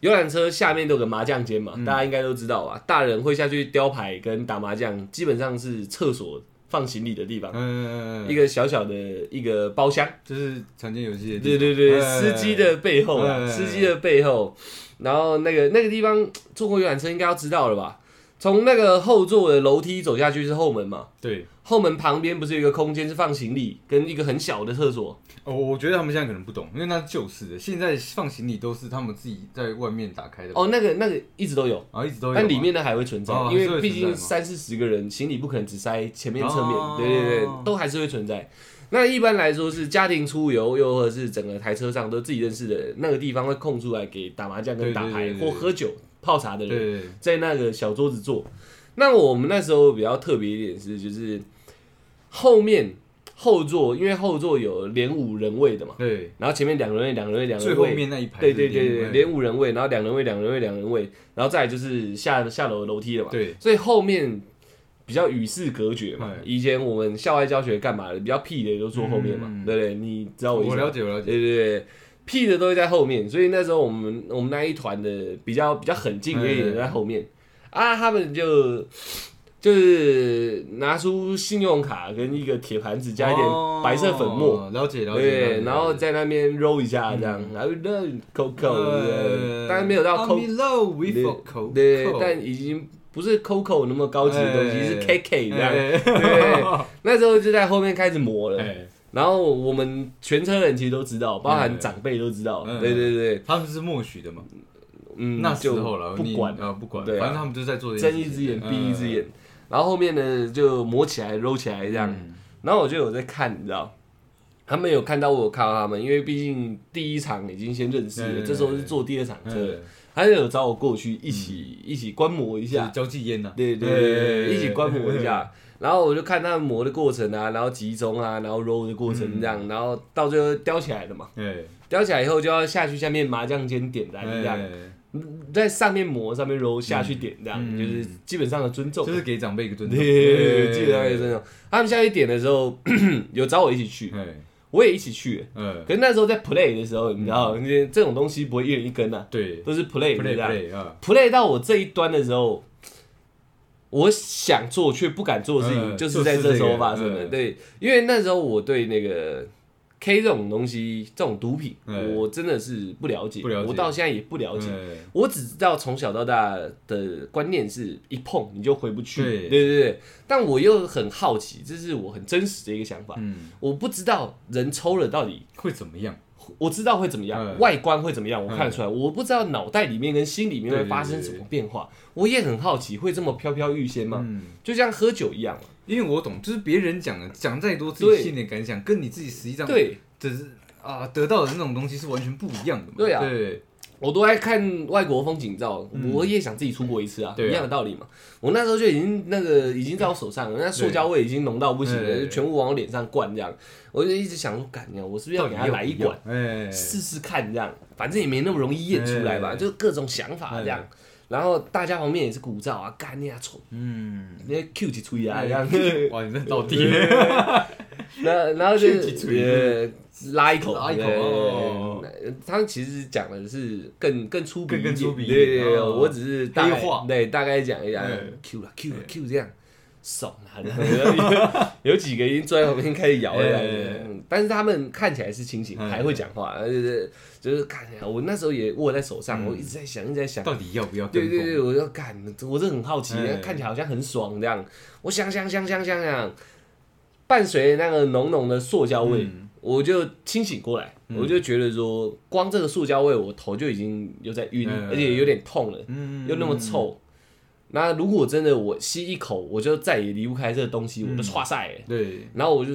游览车下面都有个麻将间嘛，大家应该都知道吧？大人会下去雕牌跟打麻将，基本上是厕所放行李的地方，
嗯
一个小小的一个包厢。
就是常见游戏的地
对对
方，
对，
哎
司机的背后啊，
哎
司机的背后，然后那个那个地方坐过游览车应该要知道了吧？从那个后座的楼梯走下去是后门嘛，
对，
后门旁边不是有一个空间是放行李跟一个很小的厕所？
哦，我觉得他们现在可能不懂，因为那是旧式的，现在放行李都是他们自己在外面打开的，
哦，那个那个一直都有，
然后一直都有嘛，
但里面的还会存在
哦，
因
还是
为
会
毕竟
存在吗
三四十个人行李不可能只塞前面侧
哦
面，对对对，都还是会存在。那一般来说是家庭出游，又或者是整个台车上都自己认识的人，那个地方会空出来给打麻将跟打
对
牌
对对对
或喝酒泡茶的
对
人。
对对
在那个小桌子坐。那我们那时候比较特别一点是，就是后面后座，因为后座有连五人位的嘛，
对，
然后前面两人位、两人位、两人
最
位，
后面那一排
对
是
对
连，
对对，连五人位，然后两人位、两人位、两人位，然后再来就是下下楼楼梯了嘛。
对，
所以后面比较与世隔绝嘛
哎。
以前我们校外教学干嘛的，比较屁的也都坐后面嘛，
嗯
对不对？你知道我意思
我
吗
了解我了解，
对对对，屁的都会在后面，所以那时候我们我们那一团的比较比较狠劲的也在后面啊，他们就就是拿出信用卡跟一个铁盘子加一点白色粉末，
哦，了解了解。了
对，
解嗯
然后在那边揉一下这样，然后那 Coco，对当然没有到
I'm
Coco，
in love with a Coco，
对，但已经不是 Coco 那么高级的东西，
哎
是 KK 这样。
哎
对，那时候就在后面开始磨了。
哎
然后我们全车人其实都知道，包含
嗯
长辈都知道。
嗯
对对对，
他们是默许的嘛？
嗯，
那时
就
候了，
不
你
管，
啊，不管，
对啊
反正他们就在做这件
睁一
事
只
情
眼闭一只。
嗯
眼。然后后面呢就磨起来、揉起来这样。
嗯
然后我就有在看，你知道。他们有看到我有看到他们，因为毕竟第一场已经先认识
对
了，
对
这时候是坐第二场车
嗯，
他就有找我过去一起一起观摩一
就
下
哎是，交嗯际烟呐，哎
对对对对对，一起观摩一下。 (laughs) 然后我就看他们磨的过程啊，然后集中啊，然后 roll 的过程这样，
嗯
然后到最后雕起来了嘛。
哎。哎，
雕起来以后就要下去下面麻将间点燃这样，
哎
在上面磨上面 roll 下去点这样，
嗯
就是基本上的尊重。
就是给长辈一个尊重，
对，基本上也尊重。他们下去点的时候， (clears throat) 有找我一起去，
哎，
我也一起去。
嗯，
可是那时候在 play 的时候，你知道，这这种东西不会一人一根啊，
对
都是 play
嗯，play
这样。
play 啊，
play 到我这一端的时候，我想做却不敢做的事情，
嗯
就是在这时候发
就是
生
这
的。
个嗯
对，因为那时候我对那个 K 这种东西，这种毒品，
嗯
我真的是不了解，
不了解
我到现在也不了解。
哎
我只知道从小到大的观念是一碰你就回不去，
对
对对对。但我又很好奇，这是我很真实的一个想法。
嗯，
我不知道人抽了到底，
会怎么样？
我知道会怎么样，
嗯
外观会怎么样，我看得出来。我不知道脑袋里面跟心里面会发生什么变化，我也很好奇，会这么飘飘欲仙吗？
嗯，
就像喝酒一样嘛，
因为我懂，就是别人讲的，讲再多，自己心里的感想跟你自己实际上
对
只是啊得到的那种东西是完全不一样的嘛。
对啊
对，
我都爱看外国风景照，我也想自己出国一次啊，
嗯对啊
一样的道理嘛。我那时候就已经那个已经在我手上了，那塑胶味已经浓到不行了，
对
就全部往我脸上灌这样，我就一直想说，干你啊，我是不是要给他来一管？
哎，
试试看这样，反正也没那么容易验出来吧，
哎
就各种想法这样。然后大家旁边也是鼓噪啊，干你啊，臭
嗯，哎
那 Q 几吹啊，这样， (laughs)
哇，你真的到底，哎
然后然后就
Q 几
呃
吹
拉一口，
拉一口
对
哦
对对他其实讲的是更更粗鄙一
更
点，
更粗鄙一点
对对对，
哦
我只是大概
黑化
对大概讲一下
对
Q 了 Q 了 Q 这样。爽啊！然后 (laughs) 有有几个已经坐在旁边开始摇了这样
哎
子，嗯但是他们看起来是清醒，
哎
还会讲话，而且就是看起来，我那时候也握在手上，
嗯
我一直在想，一直在想，
到底要不要跟
哎对
风？
对对，我就干，我是很好奇
哎，
看起来好像很爽这样。我想想想想想想，伴随那个浓浓的塑胶味，
嗯
我就清醒过来，我就觉得说，光这个塑胶味，我头就已经有在晕，
嗯
而且有点痛了，
嗯，
又那么臭。那如果真的我吸一口，我就再也离不开这个东西，
嗯
我就唰晒了。
对，哎
然后我就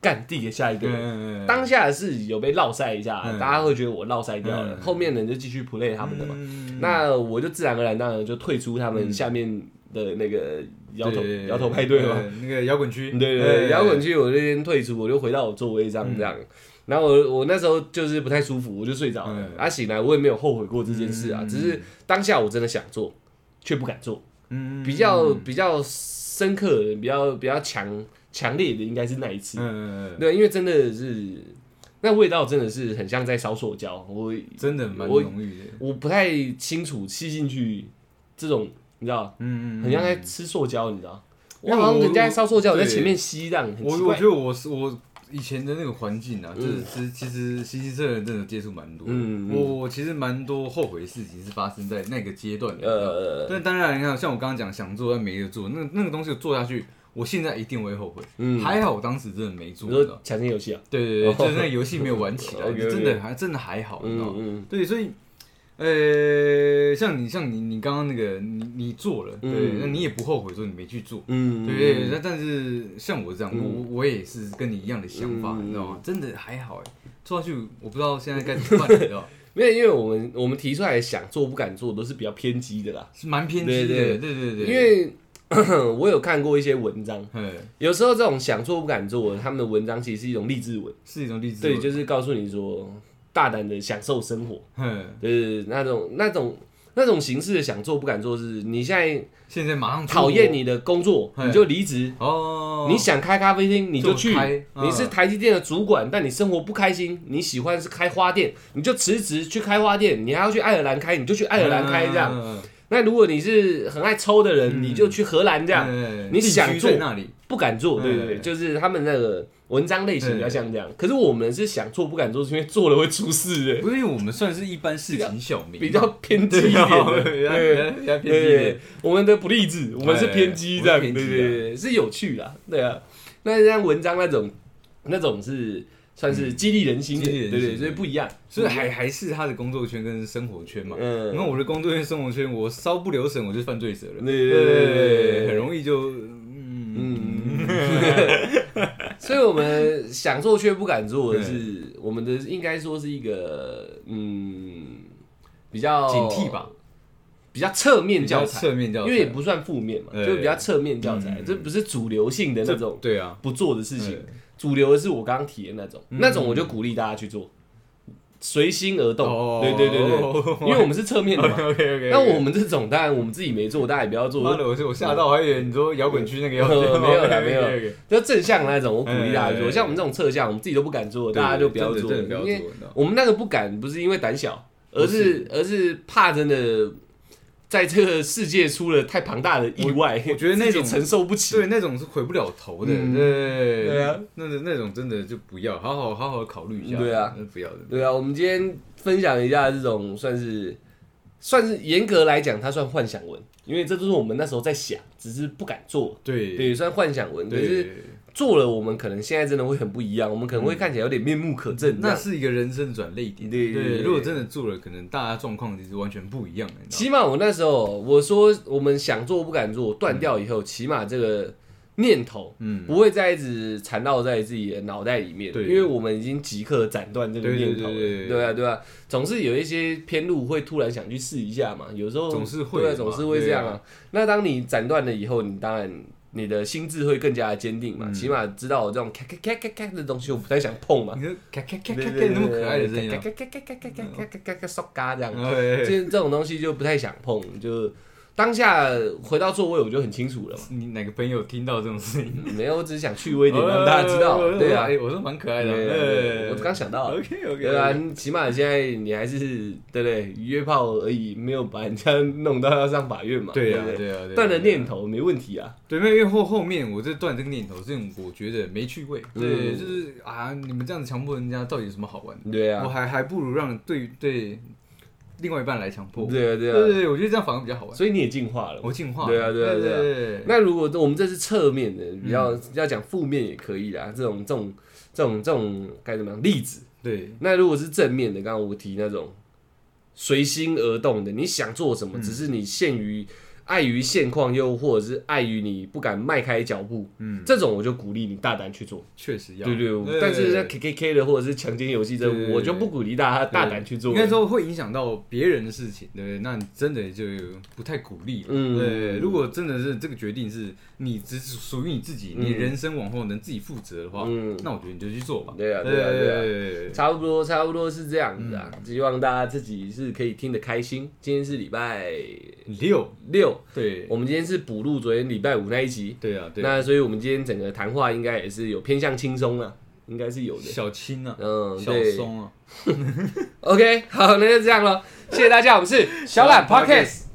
干递给下一个人，
对
当下是有被落塞一下，
嗯
大家会觉得我落塞掉了，
嗯
后面的人就继续 play 他们的嘛。
嗯
那我就自然而然当然就退出他们下面的那个摇头
对
摇头派对嘛。
呃那个摇滚区，
对对对，
哎
摇滚，区我那天退出，我就回到我座位上这样。
嗯
然后我我那时候就是不太舒服，我就睡着了。
嗯
啊，醒来我也没有后悔过这件事啊，
嗯
只是当下我真的想做，却不敢做。
嗯
比较比较深刻的、比较比较强强烈的应该是那一次。
嗯，嗯嗯
对，因为真的是那味道真的是很像在烧塑胶，我
真的蛮
我
浓郁的，
我不太清楚吸进去这种，你知道，
嗯嗯嗯
很像在吃塑胶，你知道，
因
我
为
好像
我
人家在烧塑胶，我在
对
前面吸这样，很奇
我我
怪
觉。得我是我以前的那个环境啊，就是
嗯
其其实新兴社的人真的接触蛮多的，
嗯嗯
我我其实蛮多后悔的事情是发生在那个阶段的。
呃，
但当然，你看，像我刚刚讲，想做但没得做，那那个东西我做下去，我现在一定会后悔。
嗯
还好我当时真的没做，
你
你知道
说抢钱游戏啊？
对对对，就是那个游戏没有玩起来，
(laughs) OK，OK
真的还真的还好，你知道吗
嗯？嗯，
对，所以，呃，像你像你你刚刚那个，你你做了，对，
嗯
那你也不后悔说你没去做，
嗯，
对，那但是像我这样，
嗯
我我也是跟你一样的想法，
嗯
你知道吗？真的还好哎，做下去我不知道现在该怎么办，你知道吗？
没有，因为我们我们提出来想做不敢做都是比较偏激的啦，
是蛮偏激的，
对
对对对，
因为 (clears throat) 我有看过一些文章，
嗯
有时候这种想做不敢做，他们的文章其实是一种励志文，
是一种励志文，
对，就是告诉你说大胆的享受生活，
嗯
就是那种那种那种形式的想做不敢做是，你现在
现在马上出
讨
国
厌你的工作，
嘿
你就离职。
哦，
你想开咖啡厅，你就去
就开。嗯
你是台积电的主管，但你生活不开心，你喜欢是开花店，你就辞职去开花店。你还要去爱尔兰开，你就去爱尔兰开这样。
嗯，
那如果你是很爱抽的人，
嗯
你就去荷兰这样。
样
你想做
那里，
不敢做，对对对，
嗯
就是他们那个文章类型比较像这样。可是我们是想做不敢做，是因为做了会出事，哎
不是因为我们算是一般市井小民，
比较偏激一
对
点
啊
的。
比较
对
比较偏激一
对
点，，
我们的不励志，我们是偏激这样，
哎
对
我们
对
是偏激啊
对，是有趣啦，对啊。那像文章那种，那种是算是激励人心的，
激励
对
人心
对，所以不一样，
所以还还是他的工作圈跟生活圈嘛。你看
嗯，
我的工作圈、生活圈，我稍不留神我就是犯罪者了，
对对对对对
很容易就嗯 (laughs)
所以我们想做却不敢做的是，我们的应该说是一个嗯比较
警惕，吧，
比较侧面
比较
教材，
侧面教
因
材，
为也不算负面嘛，
对
就比较侧面教材，
嗯
这不是主流性的那
这
种
对啊，
不做的事情
对。
主流的是我刚刚体验那种，
嗯
那种我就鼓励大家去做，随心而动。
哦
对对对对，因为我们是侧面的
OK
嘛。
OK，
(laughs) 那我们这种当然我们自己没做，大家也不要
妈
做，
的，我嗯是我吓到，我还以为你说摇滚区那个 (laughs) 要
呃没有啦 (laughs)
OK，OK，OK，
没有
OK，OK
就正向那种，我鼓励大家
哎哎
做。
哎
像我们这种侧向，我们自己都不敢做，大家就不要做，
真的真的
因
不要
为
做你知道吗。
我们那个不敢不是因为胆小，而
不
是而是怕真的。在这个世界出了太庞大的意外，
我觉得那种
自己承受不起。
对，那种是回不了头的，
嗯
对
对啊，
那那种真的就不要，好好好好考虑一下，
对啊，
不要的，
对啊，我们今天分享一下这种算是算是严格来讲，它算幻想文，因为这都是我们那时候在想，只是不敢做，
对
对，算幻想文。可是
对，嗯
做了，我们可能现在真的会很不一样，我们可能会看起来有点面目可憎。
那是一个人生转泪点，
对对对
对，如果真的做了，可能大家状况其实完全不一样，你知道吗
起码我那时候我说我们想做不敢做，断掉以后，起码这个念头。
嗯，
不会再一直缠绕在自己的脑袋里面，
对
因为我们已经即刻斩断这个
对对
念头了，
对对对
啊对啊，总是有一些偏路会突然想去试一下嘛，有时候
总是会
对啊，
嘛
总是会这样啊。
对
那当你斩断了以后，你当然你的心智会更加的坚定嘛，起码知道这种咔咔咔咔咔的东西我不太想碰嘛，
你说咔咔咔
对对
咔咔
对
那么可爱的声音
咔
啊，
咔咔咔咔咔咔咔咔咔嗦嘎这样，这
对，
这种东西就不太想碰，就当下回到座位我就很清楚了嘛。
你哪个朋友听到这种声音？
没有，我只是想趣味一点，让大家知道。对啊，
哎，我说蛮可爱的啊，
对对对我刚想到
OK OK，
对啊，你起码现在你还是对不对？约炮而已，没有把人家弄到要上法院嘛。
对
不
啊对啊，对啊
断了念头没问题啊。
对，没有，因为后后面我这断这个念头，这种我觉得没趣味。对，
嗯
就是啊，你们这样子强迫人家，到底有什么好玩的？
对
我
啊，
还还不如让对对另外一半来强迫我。
对啊，
对对
对啊。
对，我觉得这样反而比较好玩。
所以你也进化了。
我进化了。
对啊对啊
对
对啊
对对。
那如果我们这是侧面的，比较要讲负面也可以啦。这种这种这种这种该怎么样例子？
对
那如果是正面的，刚刚我提那种随心而动的，你想做什
嗯
么，只是你限于碍于现况，又或者是碍于你不敢迈开脚步，
嗯，
这种我就鼓励你大胆去做。
确实要。
对对，我但是像 K K K 的或者是强奸游戏这
对对，对
我就不鼓励大家大胆去做。
应该说会影响到别人的事情，对不对？那你真的就不太鼓励了。
嗯
对，如果真的是这个决定是你只是属于你自己，你人生往后能自己负责的话，
嗯
那我觉得你就去做吧。
对啊对啊对啊
对
差不多差不多是这样子
嗯
啊，希望大家自己是可以听得开心。今天是礼拜
六，
六，
对
我们今天是补录昨天礼拜五那一集，
对啊，对啊，
那所以我们今天整个谈话应该也是有偏向轻松啊，应该是有的。
小青啊，
嗯，
小
对
松啊，
OK，好，那就这样咯，谢谢大家，我们是小懒 Podcast。